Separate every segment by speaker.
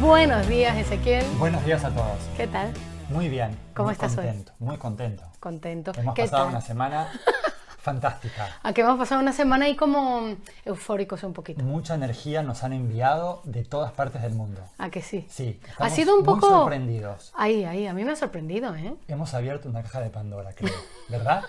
Speaker 1: Buenos días, Ezequiel.
Speaker 2: Buenos días a todos.
Speaker 1: ¿Qué tal?
Speaker 2: Muy bien.
Speaker 1: ¿Cómo
Speaker 2: muy
Speaker 1: estás hoy?
Speaker 2: contento, Muy contento.
Speaker 1: Contento.
Speaker 2: Hemos
Speaker 1: ¿Qué
Speaker 2: pasado
Speaker 1: tal?
Speaker 2: una semana fantástica.
Speaker 1: Aquí hemos pasado una semana ahí como eufóricos un poquito.
Speaker 2: Mucha energía nos han enviado de todas partes del mundo.
Speaker 1: ¿A Ah, que sí?
Speaker 2: Sí,
Speaker 1: Ha
Speaker 2: estamos
Speaker 1: sido un
Speaker 2: muy
Speaker 1: poco...
Speaker 2: sorprendidos.
Speaker 1: Ahí, ahí, a mí me ha sorprendido, ¿eh?
Speaker 2: Hemos abierto una caja de Pandora, creo, ¿verdad?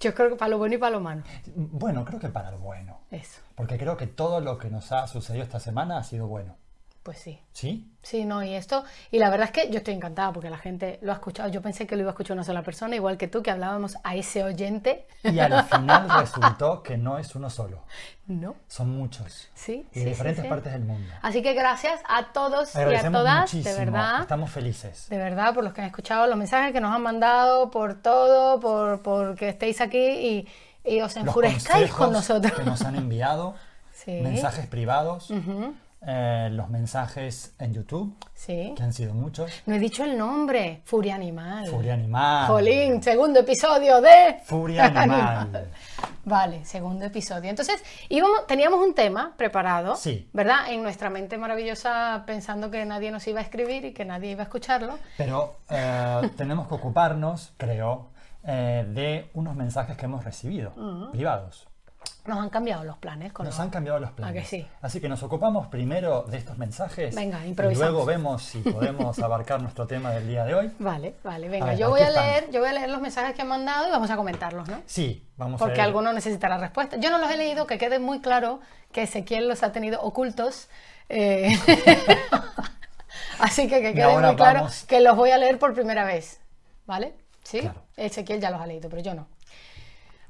Speaker 1: Yo creo que para lo bueno y para lo malo.
Speaker 2: bueno, creo que para lo bueno,
Speaker 1: Eso,
Speaker 2: porque creo que todo lo que nos ha sucedido esta semana ha sido bueno.
Speaker 1: pues sí.
Speaker 2: ¿Sí?
Speaker 1: Sí, no, y esto, y la verdad es que yo estoy encantada porque la gente lo ha escuchado. Yo pensé que lo iba a escuchar una sola persona, igual que tú, que hablábamos a ese oyente.
Speaker 2: Y al final resultó que no es uno solo,
Speaker 1: No.
Speaker 2: son muchos.
Speaker 1: Sí,
Speaker 2: Y
Speaker 1: sí, sí,
Speaker 2: de diferentes
Speaker 1: sí.
Speaker 2: partes del mundo.
Speaker 1: Así que gracias a todos y a
Speaker 2: Agradecemos
Speaker 1: todas,
Speaker 2: muchísimo,
Speaker 1: de verdad.
Speaker 2: estamos felices.
Speaker 1: De verdad, por los que han escuchado, los mensajes que nos han mandado, por todo, por, por que estéis aquí y, y os
Speaker 2: los
Speaker 1: enfurezcáis con
Speaker 2: consejos
Speaker 1: nosotros.
Speaker 2: que nos han enviado,
Speaker 1: Sí.
Speaker 2: mensajes privados, eh, los mensajes en YouTube,
Speaker 1: Sí.
Speaker 2: que han sido muchos.
Speaker 1: No he dicho el nombre. Furia Animal.
Speaker 2: Furia Animal.
Speaker 1: Jolín, segundo episodio de...
Speaker 2: Furia Animal.
Speaker 1: Vale, segundo episodio. Entonces, íbamos, teníamos un tema preparado,
Speaker 2: Sí.
Speaker 1: ¿verdad? En nuestra mente maravillosa pensando que nadie nos iba a escribir y que nadie iba a escucharlo.
Speaker 2: Pero eh, tenemos que ocuparnos, creo, eh, de unos mensajes que hemos recibido, privados.
Speaker 1: Nos han cambiado los planes con
Speaker 2: Nos
Speaker 1: los-
Speaker 2: han cambiado los planes.
Speaker 1: ¿A Ah, que sí?
Speaker 2: Así que nos ocupamos primero de estos mensajes.
Speaker 1: Venga,
Speaker 2: y
Speaker 1: improvisamos.
Speaker 2: luego vemos si podemos abarcar nuestro tema del día de hoy.
Speaker 1: Vale, vale, venga,
Speaker 2: ver,
Speaker 1: yo
Speaker 2: aquí
Speaker 1: voy a
Speaker 2: están.
Speaker 1: leer, yo voy a leer los mensajes que han mandado y vamos a comentarlos, ¿no?
Speaker 2: Sí, vamos a
Speaker 1: Porque
Speaker 2: ver.
Speaker 1: alguno necesitará respuesta. Yo no los he leído, que quede muy claro que Ezequiel los ha tenido ocultos. eh, Así que que
Speaker 2: Y
Speaker 1: quede
Speaker 2: ahora
Speaker 1: muy claro
Speaker 2: vamos.
Speaker 1: que los voy a leer por primera vez. ¿Vale? ¿Sí?
Speaker 2: Claro.
Speaker 1: Ezequiel ya los ha leído, pero yo no.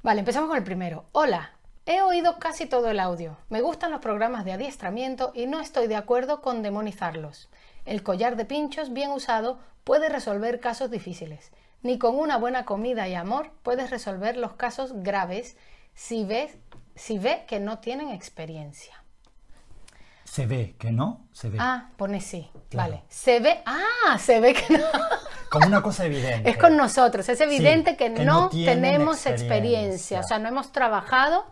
Speaker 1: Vale, empezamos con el primero. Hola, he oído casi todo el audio. Me gustan los programas de adiestramiento y no estoy de acuerdo con demonizarlos. El collar de pinchos bien usado puede resolver casos difíciles. Ni con una buena comida y amor puedes resolver los casos graves si ves si ve que no tienen experiencia.
Speaker 2: Se ve que no, se ve.
Speaker 1: Ah, pone sí.
Speaker 2: Claro.
Speaker 1: Vale. Se ve. Ah, se ve que no.
Speaker 2: Como una cosa evidente.
Speaker 1: Es con nosotros, es evidente
Speaker 2: Sí,
Speaker 1: que,
Speaker 2: que
Speaker 1: no,
Speaker 2: no tienen
Speaker 1: tenemos experiencia.
Speaker 2: experiencia.
Speaker 1: o sea, no hemos trabajado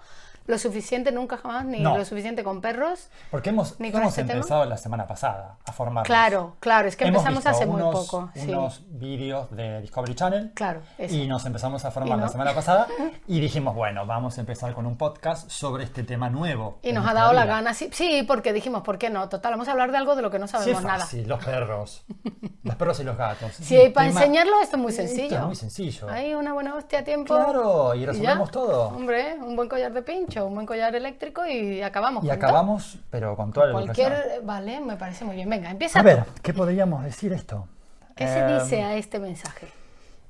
Speaker 1: lo suficiente nunca jamás, ni
Speaker 2: No.
Speaker 1: lo suficiente con perros.
Speaker 2: Porque hemos,
Speaker 1: Ni con
Speaker 2: hemos
Speaker 1: este tema.
Speaker 2: empezado la semana pasada a formarnos.
Speaker 1: Claro, claro, es que
Speaker 2: Hemos
Speaker 1: empezamos
Speaker 2: visto
Speaker 1: hace muy
Speaker 2: unos,
Speaker 1: poco. sí.
Speaker 2: Unos vídeos de Discovery Channel.
Speaker 1: Claro, eso.
Speaker 2: Y nos empezamos a formar
Speaker 1: Y no.
Speaker 2: la semana pasada y dijimos, bueno, vamos a empezar con un podcast sobre este tema nuevo.
Speaker 1: Y
Speaker 2: de
Speaker 1: nos ha
Speaker 2: nuestra
Speaker 1: dado la
Speaker 2: vida.
Speaker 1: gana, sí, sí, porque dijimos, ¿por qué no? Total, vamos a hablar de algo de lo que no
Speaker 2: Sí, es
Speaker 1: sabemos nada.
Speaker 2: fácil, los perros. los perros y los gatos.
Speaker 1: Sí,
Speaker 2: Es un
Speaker 1: para
Speaker 2: tema-
Speaker 1: enseñarlos esto es muy
Speaker 2: Esto es
Speaker 1: sencillo.
Speaker 2: muy sencillo.
Speaker 1: Hay una buena hostia a tiempo.
Speaker 2: Claro, y
Speaker 1: ya.
Speaker 2: resolvemos todo.
Speaker 1: Hombre, un buen collar de pincho, un buen collar eléctrico y acabamos.
Speaker 2: Y
Speaker 1: con todo.
Speaker 2: acabamos, pero con toda la educación.
Speaker 1: Cualquier, vale, me parece muy bien. Venga, empieza.
Speaker 2: A
Speaker 1: tú.
Speaker 2: ver, ¿qué podríamos decir esto?
Speaker 1: ¿Qué se
Speaker 2: Eh,
Speaker 1: dice a este mensaje?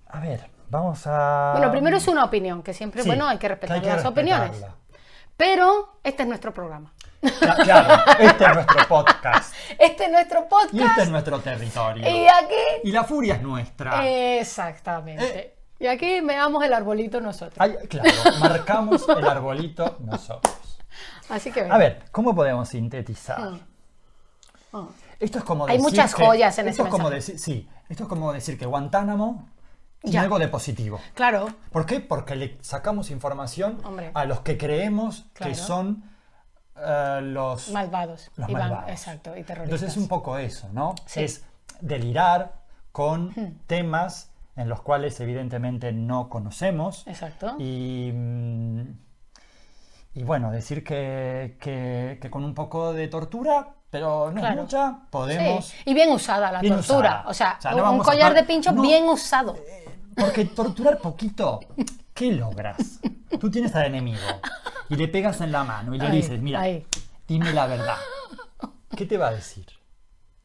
Speaker 2: A ver, vamos a...
Speaker 1: Bueno, primero es una opinión, que siempre,
Speaker 2: Sí,
Speaker 1: bueno, hay que
Speaker 2: que
Speaker 1: respetar
Speaker 2: hay que
Speaker 1: las opiniones.
Speaker 2: respetarla.
Speaker 1: Pero este es nuestro programa.
Speaker 2: Cla- Claro, este es nuestro podcast.
Speaker 1: Este es nuestro podcast.
Speaker 2: Y este es nuestro territorio.
Speaker 1: Y aquí.
Speaker 2: Y la furia es nuestra.
Speaker 1: eh, Exactamente.
Speaker 2: Eh.
Speaker 1: Y aquí veamos el arbolito nosotros.
Speaker 2: Ay, claro, marcamos el arbolito nosotros.
Speaker 1: Así que venga.
Speaker 2: A ver, ¿cómo podemos sintetizar?
Speaker 1: Ah.
Speaker 2: Esto es como
Speaker 1: Hay
Speaker 2: decir
Speaker 1: muchas
Speaker 2: que-
Speaker 1: joyas en
Speaker 2: esto
Speaker 1: ese
Speaker 2: es como
Speaker 1: mensaje.
Speaker 2: decir, Sí, esto es como decir que Guantánamo tiene
Speaker 1: Ya.
Speaker 2: algo de positivo.
Speaker 1: Claro,
Speaker 2: ¿Por qué? Porque le sacamos información
Speaker 1: Hombre.
Speaker 2: a los que creemos
Speaker 1: Claro.
Speaker 2: que son eh, los,
Speaker 1: malvados.
Speaker 2: los
Speaker 1: y van-
Speaker 2: malvados.
Speaker 1: Exacto, y terroristas.
Speaker 2: Entonces es un poco eso, ¿no?
Speaker 1: Sí. Hmm.
Speaker 2: Es delirar con temas en los cuales evidentemente no conocemos.
Speaker 1: Exacto.
Speaker 2: Y, mm, y bueno, decir que, que- que con un poco de tortura, pero no
Speaker 1: Claro.
Speaker 2: es mucha,
Speaker 1: Sí,
Speaker 2: podemos...
Speaker 1: Y bien usada la
Speaker 2: Bien
Speaker 1: tortura.
Speaker 2: usada.
Speaker 1: O sea,
Speaker 2: O sea, no
Speaker 1: un
Speaker 2: vamos a
Speaker 1: collar
Speaker 2: par-
Speaker 1: de pincho
Speaker 2: no.
Speaker 1: bien usado.
Speaker 2: Porque torturar poquito, ¿qué logras? Tú tienes al enemigo y le pegas en la mano y le
Speaker 1: Ahí,
Speaker 2: dices, mira,
Speaker 1: ahí.
Speaker 2: dime la verdad. ¿Qué te va a decir?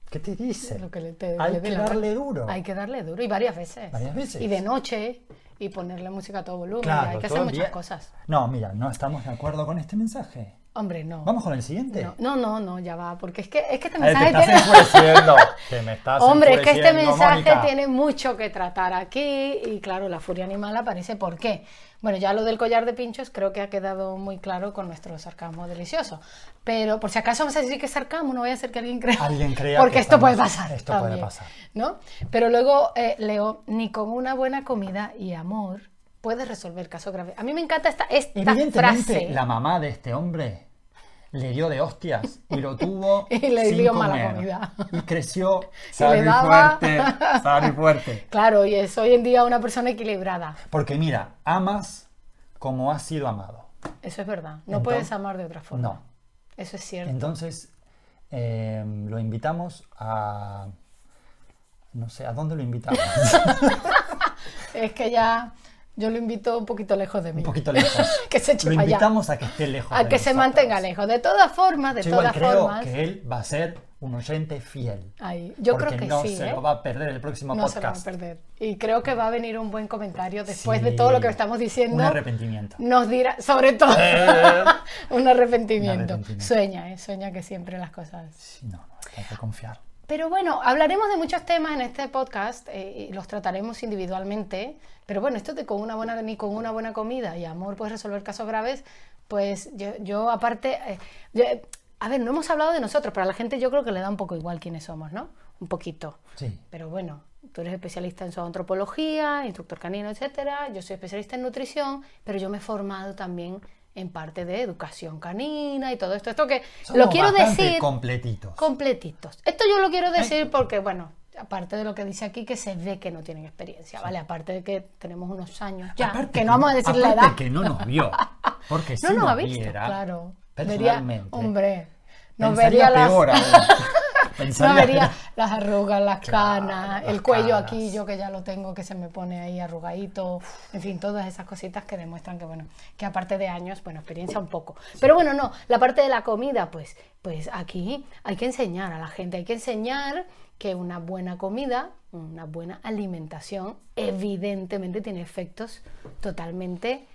Speaker 2: ¿Qué te dice?
Speaker 1: Lo que le- te-
Speaker 2: Hay
Speaker 1: le dé
Speaker 2: que
Speaker 1: la
Speaker 2: darle
Speaker 1: gana.
Speaker 2: duro.
Speaker 1: Hay que darle duro y varias veces.
Speaker 2: Varias veces.
Speaker 1: Y de noche y ponerle música a todo volumen. y hay que
Speaker 2: todo
Speaker 1: hacer
Speaker 2: el
Speaker 1: muchas
Speaker 2: día.
Speaker 1: cosas.
Speaker 2: No, mira, no estamos de acuerdo con este mensaje.
Speaker 1: Hombre, no.
Speaker 2: Vamos con el siguiente.
Speaker 1: No, no, no, no, ya va, porque es que, es que este
Speaker 2: Ay,
Speaker 1: mensaje
Speaker 2: te estás
Speaker 1: tiene...
Speaker 2: enfureciendo. Te me estás
Speaker 1: Hombre, es que este
Speaker 2: enfureciendo,
Speaker 1: mensaje
Speaker 2: Mónica.
Speaker 1: tiene mucho que tratar aquí y claro, la furia animal aparece por qué. Bueno, ya lo del collar de pinchos creo que ha quedado muy claro con nuestro sarcasmo delicioso. Pero por si acaso vamos a decir que es sarcasmo, no voy a hacer que alguien crea.
Speaker 2: Alguien crea
Speaker 1: Porque
Speaker 2: que
Speaker 1: esto puede
Speaker 2: estamos-
Speaker 1: pasar.
Speaker 2: esto puede
Speaker 1: también,
Speaker 2: pasar.
Speaker 1: ¿No? Pero luego eh, leo, ni con una buena comida y amor puedes resolver casos graves. A mí me encanta esta, esta
Speaker 2: Evidentemente,
Speaker 1: frase.
Speaker 2: la mamá de este hombre le dio de hostias y lo tuvo
Speaker 1: Y le
Speaker 2: sin
Speaker 1: dio mala
Speaker 2: comer.
Speaker 1: comida.
Speaker 2: Y creció
Speaker 1: le
Speaker 2: sano y
Speaker 1: daba-
Speaker 2: fuerte, sano y fuerte.
Speaker 1: Claro, y es hoy en día una persona equilibrada.
Speaker 2: Porque mira, amas como has sido amado.
Speaker 1: Eso es verdad. No
Speaker 2: Entonces-
Speaker 1: puedes amar de otra forma.
Speaker 2: No.
Speaker 1: Eso es cierto.
Speaker 2: Entonces, em, lo invitamos a... No sé, ¿a dónde lo invitamos?
Speaker 1: Es que ya yo lo invito un poquito lejos de mí.
Speaker 2: Un poquito lejos.
Speaker 1: que se eche
Speaker 2: Lo
Speaker 1: para allá.
Speaker 2: invitamos a que esté lejos.
Speaker 1: A
Speaker 2: de
Speaker 1: que se
Speaker 2: nosotros.
Speaker 1: mantenga lejos. De todas formas, de
Speaker 2: Yo igual
Speaker 1: todas
Speaker 2: creo
Speaker 1: formas.
Speaker 2: que él va a ser un oyente fiel.
Speaker 1: Ahí. Yo
Speaker 2: porque
Speaker 1: creo que
Speaker 2: no
Speaker 1: sí.
Speaker 2: se
Speaker 1: ¿eh?
Speaker 2: lo va a perder el próximo
Speaker 1: no se lo va a
Speaker 2: podcast.
Speaker 1: perder. Y creo que va a venir un buen comentario después de
Speaker 2: Sí,
Speaker 1: todo lo que estamos diciendo.
Speaker 2: Un arrepentimiento. Eh.
Speaker 1: Nos dirá, sobre todo, un, arrepentimiento.
Speaker 2: Un arrepentimiento.
Speaker 1: Sueña, ¿eh? sueña que siempre las cosas.
Speaker 2: Sí, No, no, hay que confiar.
Speaker 1: Pero bueno, hablaremos de muchos temas en este podcast eh, y los trataremos individualmente. Pero bueno, esto de con una buena ni con una buena comida y amor puedes resolver casos graves, pues yo, yo aparte, eh, yo- a ver, no hemos hablado de nosotros, pero a la gente yo creo que le da un poco igual quiénes somos, ¿no? Un poquito.
Speaker 2: Sí.
Speaker 1: Pero bueno, tú eres especialista en zoantropología, instructor canino, etcétera. Yo soy especialista en nutrición, pero yo me he formado también en parte de educación canina y todo esto. Esto que
Speaker 2: Somos
Speaker 1: lo quiero
Speaker 2: bastante
Speaker 1: decir
Speaker 2: Completitos.
Speaker 1: completitos. Esto yo lo quiero decir porque, bueno, aparte de lo que dice aquí, que se ve que no tienen experiencia, ¿vale? Aparte de que tenemos unos años ya,
Speaker 2: Aparte
Speaker 1: que no vamos a decir la
Speaker 2: aparte
Speaker 1: edad.
Speaker 2: que no nos vio. Porque si
Speaker 1: no nos
Speaker 2: nos
Speaker 1: ha visto,
Speaker 2: viera,
Speaker 1: claro. Vería,
Speaker 2: Personalmente.
Speaker 1: hombre, nos vería
Speaker 2: pensaría
Speaker 1: las...
Speaker 2: peor aún. Pensaría
Speaker 1: No vería
Speaker 2: que-
Speaker 1: las arrugas, las
Speaker 2: Claro,
Speaker 1: canas,
Speaker 2: las
Speaker 1: el cuello
Speaker 2: canas.
Speaker 1: aquí, yo que ya lo tengo, que se me pone ahí arrugadito, en fin, todas esas cositas que demuestran que, bueno, que aparte de años, bueno, experiencia un poco. Pero bueno, no, la parte de la comida, pues, pues aquí hay que enseñar a la gente, hay que enseñar que una buena comida, una buena alimentación, evidentemente tiene efectos totalmente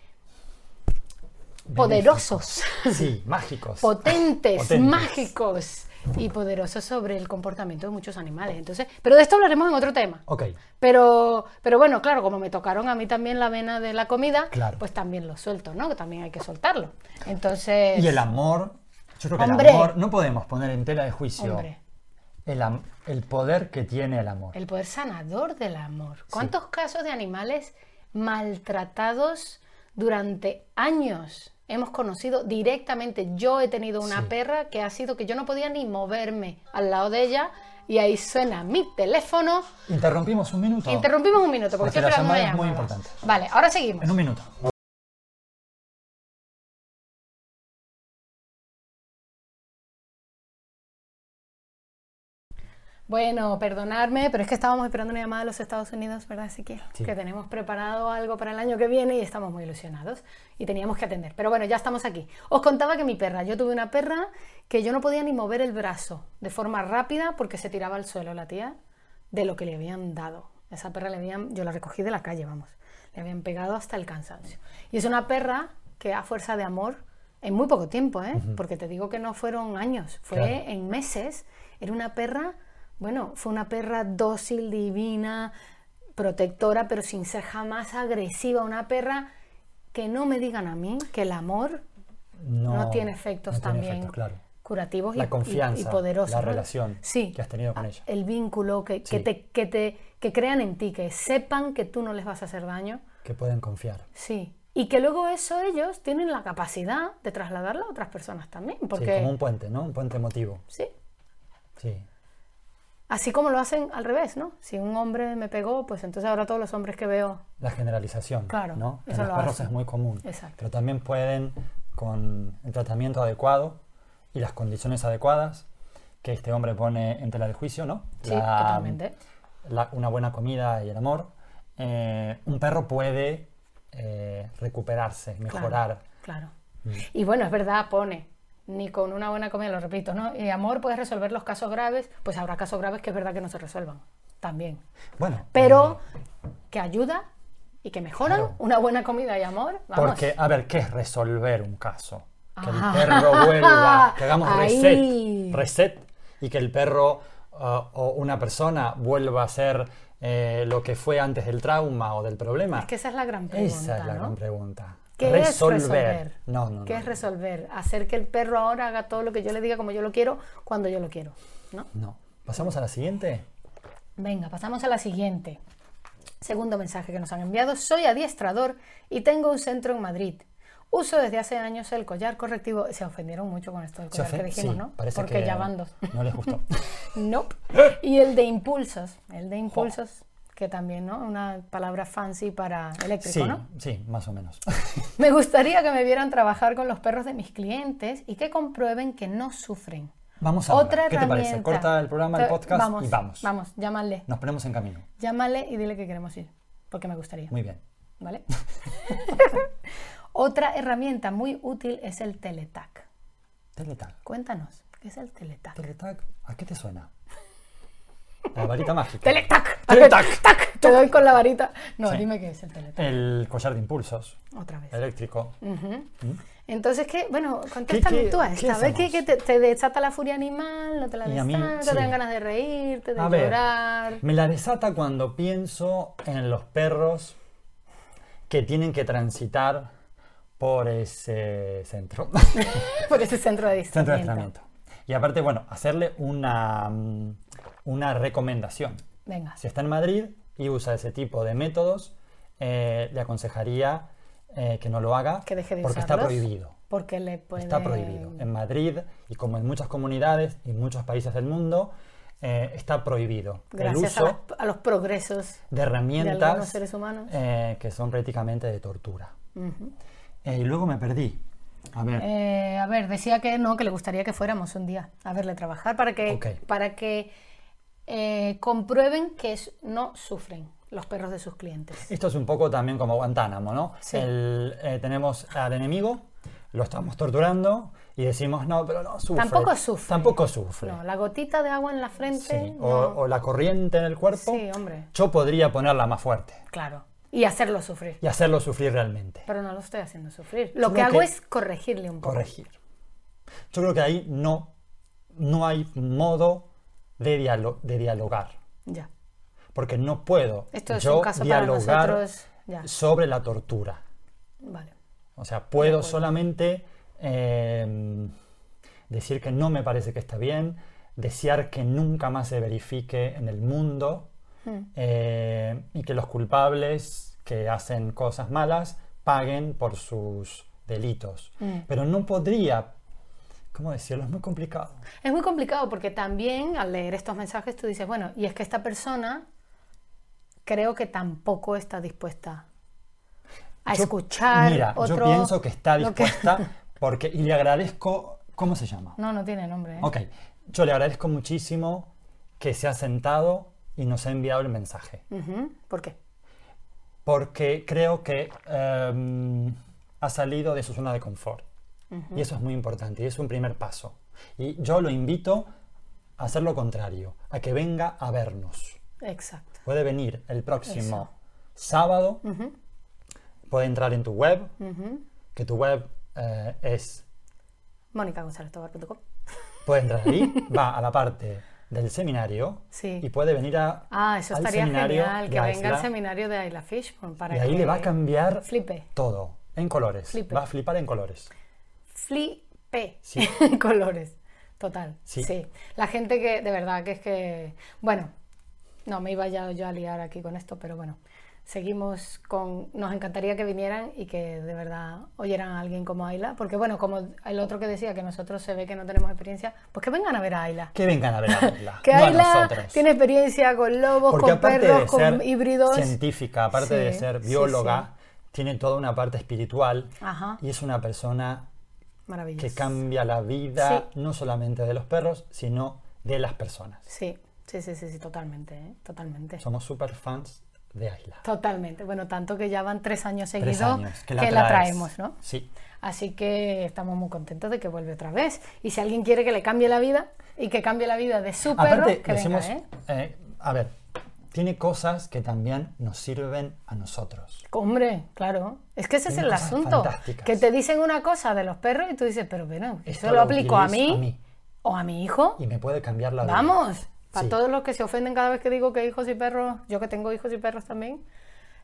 Speaker 1: poderosos
Speaker 2: Sí, mágicos.
Speaker 1: potentes,
Speaker 2: Potentes.
Speaker 1: mágicos y poderosos sobre el comportamiento de muchos animales. Entonces, pero de esto hablaremos en otro tema.
Speaker 2: ok,
Speaker 1: Pero, pero bueno, claro, como me tocaron a mí también la vena de la comida,
Speaker 2: Claro.
Speaker 1: pues también lo suelto, ¿no? Que también hay que soltarlo. Entonces,
Speaker 2: Y el amor, yo creo que
Speaker 1: Hombre.
Speaker 2: el amor, no podemos poner en tela de juicio
Speaker 1: hombre,
Speaker 2: el, am- el poder que tiene el amor.
Speaker 1: el poder sanador del amor. ¿Cuántos casos de animales maltratados durante años hemos conocido directamente? Yo he tenido una
Speaker 2: Sí.
Speaker 1: perra que ha sido que yo no podía ni moverme al lado de ella y ahí suena mi teléfono
Speaker 2: Interrumpimos un minuto.
Speaker 1: Interrumpimos un minuto porque,
Speaker 2: Porque
Speaker 1: estoy
Speaker 2: la
Speaker 1: esperando una
Speaker 2: llamada es muy
Speaker 1: llamada.
Speaker 2: importante.
Speaker 1: Vale, ahora seguimos.
Speaker 2: en un minuto.
Speaker 1: Bueno, perdonadme, pero es que estábamos esperando una llamada de los Estados Unidos, ¿verdad, Ezequiel?
Speaker 2: Sí.
Speaker 1: Que tenemos preparado algo para el año que viene y estamos muy ilusionados y teníamos que atender. Pero bueno, ya estamos aquí. Os contaba que mi perra, yo tuve una perra que yo no podía ni mover el brazo de forma rápida porque se tiraba al suelo la tía de lo que le habían dado. A Esa perra le habían, yo la recogí de la calle, vamos, le habían pegado hasta el cansancio. Y es una perra que a fuerza de amor, en muy poco tiempo, ¿eh? Porque te digo que no fueron años, fue
Speaker 2: Claro.
Speaker 1: en meses. Era una perra, bueno, fue una perra dócil, divina, protectora, pero sin ser jamás agresiva. Una perra que no me digan a mí que el amor
Speaker 2: No,
Speaker 1: no, tiene efectos
Speaker 2: no tiene
Speaker 1: también
Speaker 2: efectos, claro.
Speaker 1: curativos y-
Speaker 2: La
Speaker 1: y, y
Speaker 2: confianza,
Speaker 1: poderosos.
Speaker 2: la
Speaker 1: ¿no?
Speaker 2: relación
Speaker 1: Sí. Ah,
Speaker 2: que has tenido con ella.
Speaker 1: El vínculo, que, que
Speaker 2: Sí.
Speaker 1: te, que, te, que crean en ti, que sepan que tú no les vas a hacer daño.
Speaker 2: Que pueden confiar.
Speaker 1: Sí. Y que luego eso ellos tienen la capacidad de trasladarlo a otras personas también. Porque,
Speaker 2: Sí, como un puente, ¿no? Un puente emotivo.
Speaker 1: sí.
Speaker 2: Sí.
Speaker 1: Así como lo hacen al revés, ¿no? Si un hombre me pegó, pues entonces ahora todos los hombres que veo.
Speaker 2: La generalización.
Speaker 1: Claro,
Speaker 2: ¿no? Que
Speaker 1: eso
Speaker 2: en
Speaker 1: lo
Speaker 2: los perros
Speaker 1: hacen.
Speaker 2: es muy común.
Speaker 1: Exacto.
Speaker 2: Pero también pueden, con el tratamiento adecuado y las condiciones adecuadas que este hombre pone en tela de juicio, ¿no?
Speaker 1: Sí,
Speaker 2: La-
Speaker 1: totalmente.
Speaker 2: la- una buena comida y el amor. eh, un perro puede eh, recuperarse,
Speaker 1: Claro,
Speaker 2: mejorar. Mm.
Speaker 1: Claro. Y bueno, es verdad, pone, ni con una buena comida, lo repito, ¿no? Y amor puedes resolver los casos graves, pues habrá casos graves que es verdad que no se resuelvan también.
Speaker 2: Bueno, eh,
Speaker 1: Pero que ayuda y que mejoran
Speaker 2: Mm. Claro.
Speaker 1: una buena comida y amor, vamos.
Speaker 2: Porque, a ver, ¿qué es resolver un caso? Que el
Speaker 1: Ah.
Speaker 2: perro vuelva, que hagamos
Speaker 1: Ahí.
Speaker 2: reset, reset, y que el perro ah, o una persona vuelva a ser eh, lo que fue antes del trauma o del problema.
Speaker 1: Es que esa es la gran pregunta,
Speaker 2: Esa es la
Speaker 1: ¿no?
Speaker 2: gran pregunta.
Speaker 1: ¿Qué
Speaker 2: resolver.
Speaker 1: es resolver?
Speaker 2: No, no,
Speaker 1: ¿Qué
Speaker 2: no,
Speaker 1: es resolver? Hacer que el perro ahora haga todo lo que yo le diga como yo lo quiero, cuando yo lo quiero, ¿no?
Speaker 2: no. ¿Pasamos a la siguiente?
Speaker 1: Venga, pasamos a la siguiente. Segundo mensaje que nos han enviado. Soy adiestrador y tengo un centro en Madrid. Uso desde hace años el collar correctivo. Se ofendieron mucho con esto del
Speaker 2: Se
Speaker 1: collar que
Speaker 2: ofe-
Speaker 1: dijimos,
Speaker 2: sí,
Speaker 1: ¿no?
Speaker 2: parece
Speaker 1: Porque
Speaker 2: que ¡Eh!
Speaker 1: ya van dos.
Speaker 2: No les gustó.
Speaker 1: Nope. Y el de impulsos. El de impulsos, que también, ¿no? Una palabra fancy para eléctrico,
Speaker 2: sí,
Speaker 1: ¿no?
Speaker 2: sí, más o menos.
Speaker 1: Me gustaría que me vieran trabajar con los perros de mis clientes y que comprueben que no sufren.
Speaker 2: Vamos a
Speaker 1: Otra
Speaker 2: ¿Qué te
Speaker 1: herramienta.
Speaker 2: parece? Corta el programa, el
Speaker 1: Pero
Speaker 2: podcast
Speaker 1: vamos,
Speaker 2: y vamos.
Speaker 1: Vamos, llámale.
Speaker 2: Nos ponemos en camino.
Speaker 1: Llámale y dile que queremos ir, porque me gustaría.
Speaker 2: Muy bien.
Speaker 1: ¿Vale? Otra herramienta muy útil es el Teletac.
Speaker 2: Teletag.
Speaker 1: Cuéntanos, ¿qué es el Teletac?
Speaker 2: Teletag, ¿a qué te suena? La varita mágica.
Speaker 1: Teletac.
Speaker 2: Teletac.
Speaker 1: Tac, Te doy con la varita. No,
Speaker 2: Sí.
Speaker 1: dime qué es el Teletac.
Speaker 2: El collar de impulsos
Speaker 1: Otra vez.
Speaker 2: eléctrico.
Speaker 1: Ujú.
Speaker 2: ¿Mm?
Speaker 1: Entonces, ¿qué? bueno, contéstame
Speaker 2: qué-
Speaker 1: tú a
Speaker 2: qué
Speaker 1: esta. ¿Ves que,
Speaker 2: hacemos?
Speaker 1: que te, te desata la furia animal? No te la
Speaker 2: Y a mí,
Speaker 1: desata,
Speaker 2: sí.
Speaker 1: te dan ganas de reírte, de
Speaker 2: A ver,
Speaker 1: llorar.
Speaker 2: me la desata cuando pienso en los perros que tienen que transitar por ese centro,
Speaker 1: Por ese centro de
Speaker 2: centro de
Speaker 1: distanciamiento.
Speaker 2: entrenamiento. Y aparte, bueno, hacerle una, mm, una recomendación.
Speaker 1: Venga.
Speaker 2: Si está en Madrid y usa ese tipo de métodos, eh, le aconsejaría eh, que no lo haga
Speaker 1: Que deje de
Speaker 2: porque está
Speaker 1: usarlos.
Speaker 2: prohibido.
Speaker 1: Porque le puede...
Speaker 2: Está prohibido. En Madrid y como en muchas comunidades y muchos países del mundo, eh, está prohibido el
Speaker 1: Gracias a,
Speaker 2: uso
Speaker 1: las- a los progresos.
Speaker 2: de
Speaker 1: de algunos
Speaker 2: herramientas
Speaker 1: seres humanos.
Speaker 2: eh, que son prácticamente de tortura.
Speaker 1: Ujú.
Speaker 2: Eh, y luego me perdí. A ver,
Speaker 1: Eh, a ver, decía que no, que le gustaría que fuéramos un día a verle trabajar para que,
Speaker 2: Ok.
Speaker 1: para que eh, comprueben que es- no sufren los perros de sus clientes.
Speaker 2: esto es un poco también como Guantánamo, ¿no?
Speaker 1: Sí.
Speaker 2: El, eh, tenemos al enemigo, lo estamos torturando y decimos, no, pero no sufre.
Speaker 1: Tampoco sufre.
Speaker 2: Tampoco sufre.
Speaker 1: No, la gotita de agua en la frente.
Speaker 2: Sí,
Speaker 1: no.
Speaker 2: O, o la corriente en el cuerpo,
Speaker 1: Sí, hombre,
Speaker 2: yo podría ponerla más fuerte
Speaker 1: claro. Y hacerlo sufrir.
Speaker 2: y hacerlo sufrir realmente.
Speaker 1: Pero no lo estoy haciendo sufrir. Lo
Speaker 2: Yo
Speaker 1: que
Speaker 2: creo
Speaker 1: hago
Speaker 2: que-
Speaker 1: es corregirle un poco.
Speaker 2: corregir. Yo creo que ahí no, no hay modo de, dialo- de dialogar,
Speaker 1: Ya.
Speaker 2: porque no puedo
Speaker 1: Esto es
Speaker 2: yo
Speaker 1: un caso para
Speaker 2: dialogar
Speaker 1: nosotros. Ya.
Speaker 2: sobre la tortura.
Speaker 1: Vale.
Speaker 2: O sea, puedo solamente eh, decir que no me parece que está bien, desear que nunca más se verifique en el mundo
Speaker 1: Hmm.
Speaker 2: eh, y que los culpables que hacen cosas malas paguen por sus delitos.
Speaker 1: Hmm.
Speaker 2: Pero no podría, ¿cómo decirlo? Es muy complicado.
Speaker 1: Es muy complicado porque también al leer estos mensajes tú dices, bueno, y es que esta persona creo que tampoco está dispuesta a
Speaker 2: Yo-
Speaker 1: escuchar
Speaker 2: Mira,
Speaker 1: otro...
Speaker 2: yo pienso que está
Speaker 1: lo que-
Speaker 2: dispuesta porque, y le agradezco, ¿cómo se llama?
Speaker 1: No, no tiene nombre. ¿eh?
Speaker 2: Ok, yo le agradezco muchísimo que se ha sentado y nos ha enviado el mensaje,
Speaker 1: Ujú, ¿Por qué?
Speaker 2: porque creo que em, ha salido de su zona de confort. Y eso es muy importante, y es un primer paso. Y yo lo invito a hacer lo contrario, a que venga a vernos.
Speaker 1: Exacto.
Speaker 2: Puede venir el próximo sábado, puede entrar en tu web, que tu web eh, es
Speaker 1: Mónica González Tobar.com.
Speaker 2: Puede entrar ahí, va a la parte del seminario
Speaker 1: Sí.
Speaker 2: y puede venir a,
Speaker 1: Ah, eso
Speaker 2: al
Speaker 1: estaría
Speaker 2: seminario
Speaker 1: genial,
Speaker 2: de
Speaker 1: que venga
Speaker 2: Aisla,
Speaker 1: al seminario de Ayla Fishburne para
Speaker 2: Y ahí
Speaker 1: que
Speaker 2: le va a cambiar
Speaker 1: Flipe,
Speaker 2: todo, en colores.
Speaker 1: Flipe.
Speaker 2: Va a flipar en colores.
Speaker 1: flipe
Speaker 2: Sí.
Speaker 1: en colores. Total. Sí.
Speaker 2: Sí.
Speaker 1: La gente que, de verdad, que es que. Bueno, no me iba ya yo a liar aquí con esto, pero bueno. Seguimos con. Nos encantaría que vinieran y que de verdad oyeran a alguien como Ayla. Porque bueno, como el otro que decía que nosotros se ve que no tenemos experiencia, pues que vengan a ver a Ayla.
Speaker 2: Que vengan a ver a Ayla,
Speaker 1: Que
Speaker 2: no a
Speaker 1: Ayla
Speaker 2: nosotros.
Speaker 1: tiene experiencia con lobos,
Speaker 2: Porque
Speaker 1: con
Speaker 2: aparte
Speaker 1: perros,
Speaker 2: de
Speaker 1: con
Speaker 2: ser
Speaker 1: híbridos.
Speaker 2: científica, aparte de
Speaker 1: Sí,
Speaker 2: ser
Speaker 1: sí,
Speaker 2: bióloga, tiene toda una parte espiritual
Speaker 1: Ajá.
Speaker 2: y es una persona que
Speaker 1: Maravilloso.
Speaker 2: cambia la vida
Speaker 1: Sí.
Speaker 2: no solamente de los perros, sino de las personas.
Speaker 1: Sí, sí, sí, sí, sí, totalmente, ¿eh? totalmente.
Speaker 2: Somos super fans de Ayla.
Speaker 1: Totalmente. Bueno, tanto que ya van tres años seguidos
Speaker 2: Tres años que la, traes.
Speaker 1: traemos, ¿no?
Speaker 2: Sí.
Speaker 1: Así que estamos muy contentos de que vuelve otra vez. Y si alguien quiere que le cambie la vida y que cambie la vida de su perro,
Speaker 2: Aparte,
Speaker 1: que
Speaker 2: decimos,
Speaker 1: venga, ¿eh?
Speaker 2: eh, a ver, tiene cosas que también nos sirven a nosotros.
Speaker 1: Hombre, claro. Es que ese es
Speaker 2: Tiene
Speaker 1: el
Speaker 2: cosas
Speaker 1: asunto.
Speaker 2: fantásticas.
Speaker 1: Que te dicen una cosa de los perros y tú dices, pero bueno, eso
Speaker 2: Esto
Speaker 1: lo
Speaker 2: lo
Speaker 1: aplico a mí,
Speaker 2: utilizo a mí.
Speaker 1: o a mi hijo.
Speaker 2: Y me puede cambiar la vida.
Speaker 1: Vamos. Para
Speaker 2: Sí.
Speaker 1: todos los que se ofenden cada vez que digo que hijos y perros, yo que tengo hijos y perros también,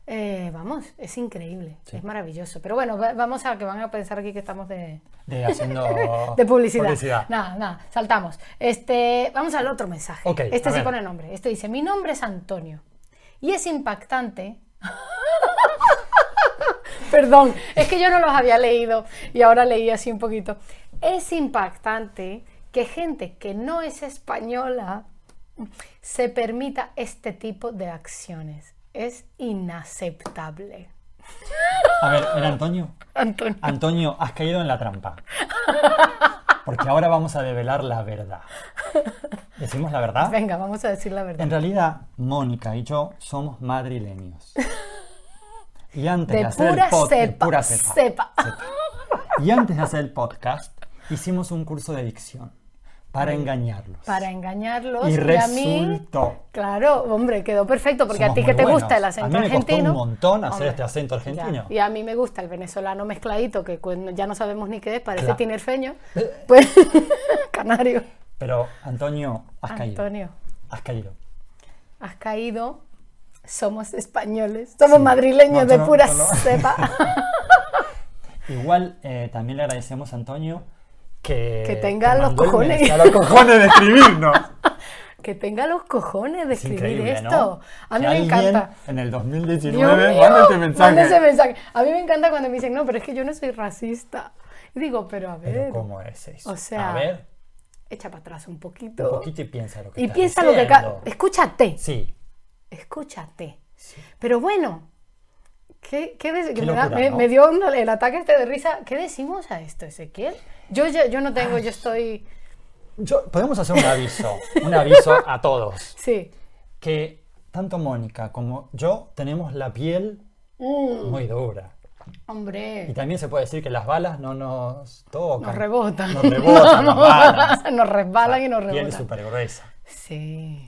Speaker 1: eh, vamos, es increíble, es maravilloso. Pero bueno, va- vamos a que van a pensar aquí que estamos de,
Speaker 2: De haciendo
Speaker 1: de publicidad. Nada, nada, saltamos. Este, vamos al otro mensaje.
Speaker 2: Ok,
Speaker 1: este
Speaker 2: a
Speaker 1: sí
Speaker 2: ver.
Speaker 1: pone nombre. Este dice, mi nombre es Antonio y es impactante. perdón, es que yo no los había leído y ahora leí así un poquito. Es impactante que gente que no es española se permita este tipo de acciones. Es inaceptable.
Speaker 2: A ver, ¿era Antonio?
Speaker 1: Antonio.
Speaker 2: Antonio, has caído en la trampa. Porque ahora vamos a develar la verdad. ¿Decimos la verdad?
Speaker 1: Venga, vamos a decir la verdad.
Speaker 2: En realidad, Mónica y yo somos madrileños. Y antes de,
Speaker 1: De
Speaker 2: hacer
Speaker 1: pura
Speaker 2: el pod- de
Speaker 1: cepa,
Speaker 2: pura cepa,
Speaker 1: cepa.
Speaker 2: cepa. Y antes de hacer el podcast, hicimos un curso de dicción para engañarlos.
Speaker 1: Para engañarlos
Speaker 2: y
Speaker 1: y, a mí.
Speaker 2: resultó.
Speaker 1: Claro, hombre, quedó perfecto porque a
Speaker 2: Somos
Speaker 1: ti que
Speaker 2: muy
Speaker 1: te
Speaker 2: buenos.
Speaker 1: gusta el
Speaker 2: A
Speaker 1: acento
Speaker 2: mí me costó
Speaker 1: argentino.
Speaker 2: un montón hacer
Speaker 1: Hombre,
Speaker 2: este acento
Speaker 1: ya.
Speaker 2: argentino.
Speaker 1: Y a mí me gusta el venezolano mezcladito que cu- ya no sabemos ni qué es, parece
Speaker 2: Claro. Eh.
Speaker 1: tinerfeño. Pues canario.
Speaker 2: Pero, Antonio, has caído.
Speaker 1: Antonio,
Speaker 2: Has caído.
Speaker 1: has caído. Somos españoles, somos madrileños
Speaker 2: No,
Speaker 1: de
Speaker 2: yo no-
Speaker 1: pura
Speaker 2: yo no.
Speaker 1: cepa.
Speaker 2: Igual eh, también le agradecemos a Antonio que,
Speaker 1: Que tenga los
Speaker 2: mandó el
Speaker 1: cojones.
Speaker 2: mensaje a los cojones de escribirnos.
Speaker 1: que tenga los cojones de
Speaker 2: Es
Speaker 1: escribir
Speaker 2: increíble,
Speaker 1: esto.
Speaker 2: ¿no?
Speaker 1: A mí
Speaker 2: Que
Speaker 1: me
Speaker 2: alguien
Speaker 1: encanta.
Speaker 2: En el
Speaker 1: Dios
Speaker 2: 2019,
Speaker 1: mío,
Speaker 2: manda este mensaje.
Speaker 1: manda ese mensaje. A mí me encanta cuando me dicen, no, pero es que yo no soy racista. Y digo, pero a ver,
Speaker 2: Pero ¿cómo es eso?
Speaker 1: O sea,
Speaker 2: a ver,
Speaker 1: echa para atrás un
Speaker 2: un
Speaker 1: poquito.
Speaker 2: poquito y piensa lo que
Speaker 1: y
Speaker 2: estás
Speaker 1: piensa lo que...
Speaker 2: diciendo.
Speaker 1: ca- Escúchate,
Speaker 2: Sí,
Speaker 1: escúchate.
Speaker 2: sí.
Speaker 1: Pero bueno, ¿qué, qué de- que me, da-
Speaker 2: locura,
Speaker 1: me-
Speaker 2: ¿no?
Speaker 1: me dio un- el ataque este de risa. ¿Qué decimos a esto, Ezequiel? Yo, yo, yo no tengo, yo estoy...
Speaker 2: Yo- podemos hacer un aviso, un aviso a todos.
Speaker 1: Sí.
Speaker 2: Que tanto Mónica como yo tenemos la piel
Speaker 1: Mm.
Speaker 2: muy dura. Y
Speaker 1: Hombre,
Speaker 2: también se puede decir que las balas no nos tocan.
Speaker 1: nos rebotan.
Speaker 2: Nos rebotan las balas.
Speaker 1: nos resbalan y nos
Speaker 2: Piel
Speaker 1: rebotan.
Speaker 2: súper gruesa.
Speaker 1: Sí.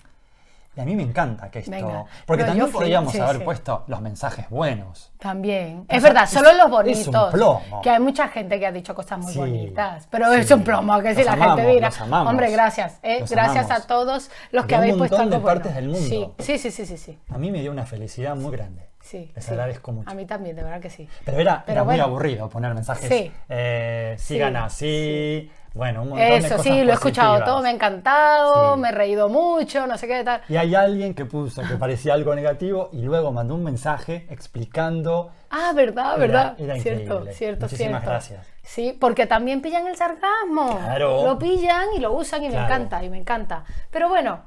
Speaker 2: Y a mí me encanta que esto.
Speaker 1: Venga.
Speaker 2: Porque
Speaker 1: No,
Speaker 2: también
Speaker 1: yo fui-
Speaker 2: podríamos
Speaker 1: sí,
Speaker 2: haber
Speaker 1: sí.
Speaker 2: puesto los mensajes buenos.
Speaker 1: También. Es
Speaker 2: sea,
Speaker 1: verdad,
Speaker 2: es-
Speaker 1: solo los
Speaker 2: es un
Speaker 1: bonitos.
Speaker 2: plomo.
Speaker 1: Que hay mucha gente que ha dicho cosas muy
Speaker 2: Sí,
Speaker 1: bonitas. Pero
Speaker 2: sí.
Speaker 1: es un plomo, que si
Speaker 2: Los
Speaker 1: la gente
Speaker 2: amamos,
Speaker 1: dirá.
Speaker 2: los amamos.
Speaker 1: Hombre, gracias. eh,
Speaker 2: Los
Speaker 1: gracias
Speaker 2: amamos.
Speaker 1: a todos los que
Speaker 2: De un
Speaker 1: habéis puesto
Speaker 2: montón de
Speaker 1: algo bueno.
Speaker 2: partes del mundo.
Speaker 1: Sí, sí, sí, sí, sí.
Speaker 2: A mí me dio una felicidad muy grande.
Speaker 1: sí,
Speaker 2: Les
Speaker 1: sí.
Speaker 2: agradezco mucho.
Speaker 1: A mí también, de verdad que sí.
Speaker 2: Pero era,
Speaker 1: Pero
Speaker 2: era muy
Speaker 1: bueno.
Speaker 2: aburrido poner mensajes.
Speaker 1: Sí.
Speaker 2: eh, sigan así. Bueno, un montón de
Speaker 1: Eso,
Speaker 2: cosas
Speaker 1: sí, lo he escuchado
Speaker 2: positivas.
Speaker 1: todo, me ha encantado,
Speaker 2: Sí.
Speaker 1: me he reído mucho, no sé qué tal.
Speaker 2: Y hay alguien que puso que parecía algo negativo y luego mandó un mensaje explicando.
Speaker 1: Ah, verdad,
Speaker 2: Era-
Speaker 1: verdad.
Speaker 2: era
Speaker 1: cierto,
Speaker 2: increíble.
Speaker 1: cierto,
Speaker 2: Muchísimas
Speaker 1: cierto.
Speaker 2: gracias.
Speaker 1: Sí, porque también pillan el sarcasmo.
Speaker 2: Claro.
Speaker 1: Lo pillan y lo usan y me
Speaker 2: Claro.
Speaker 1: encanta, y me encanta. Pero bueno,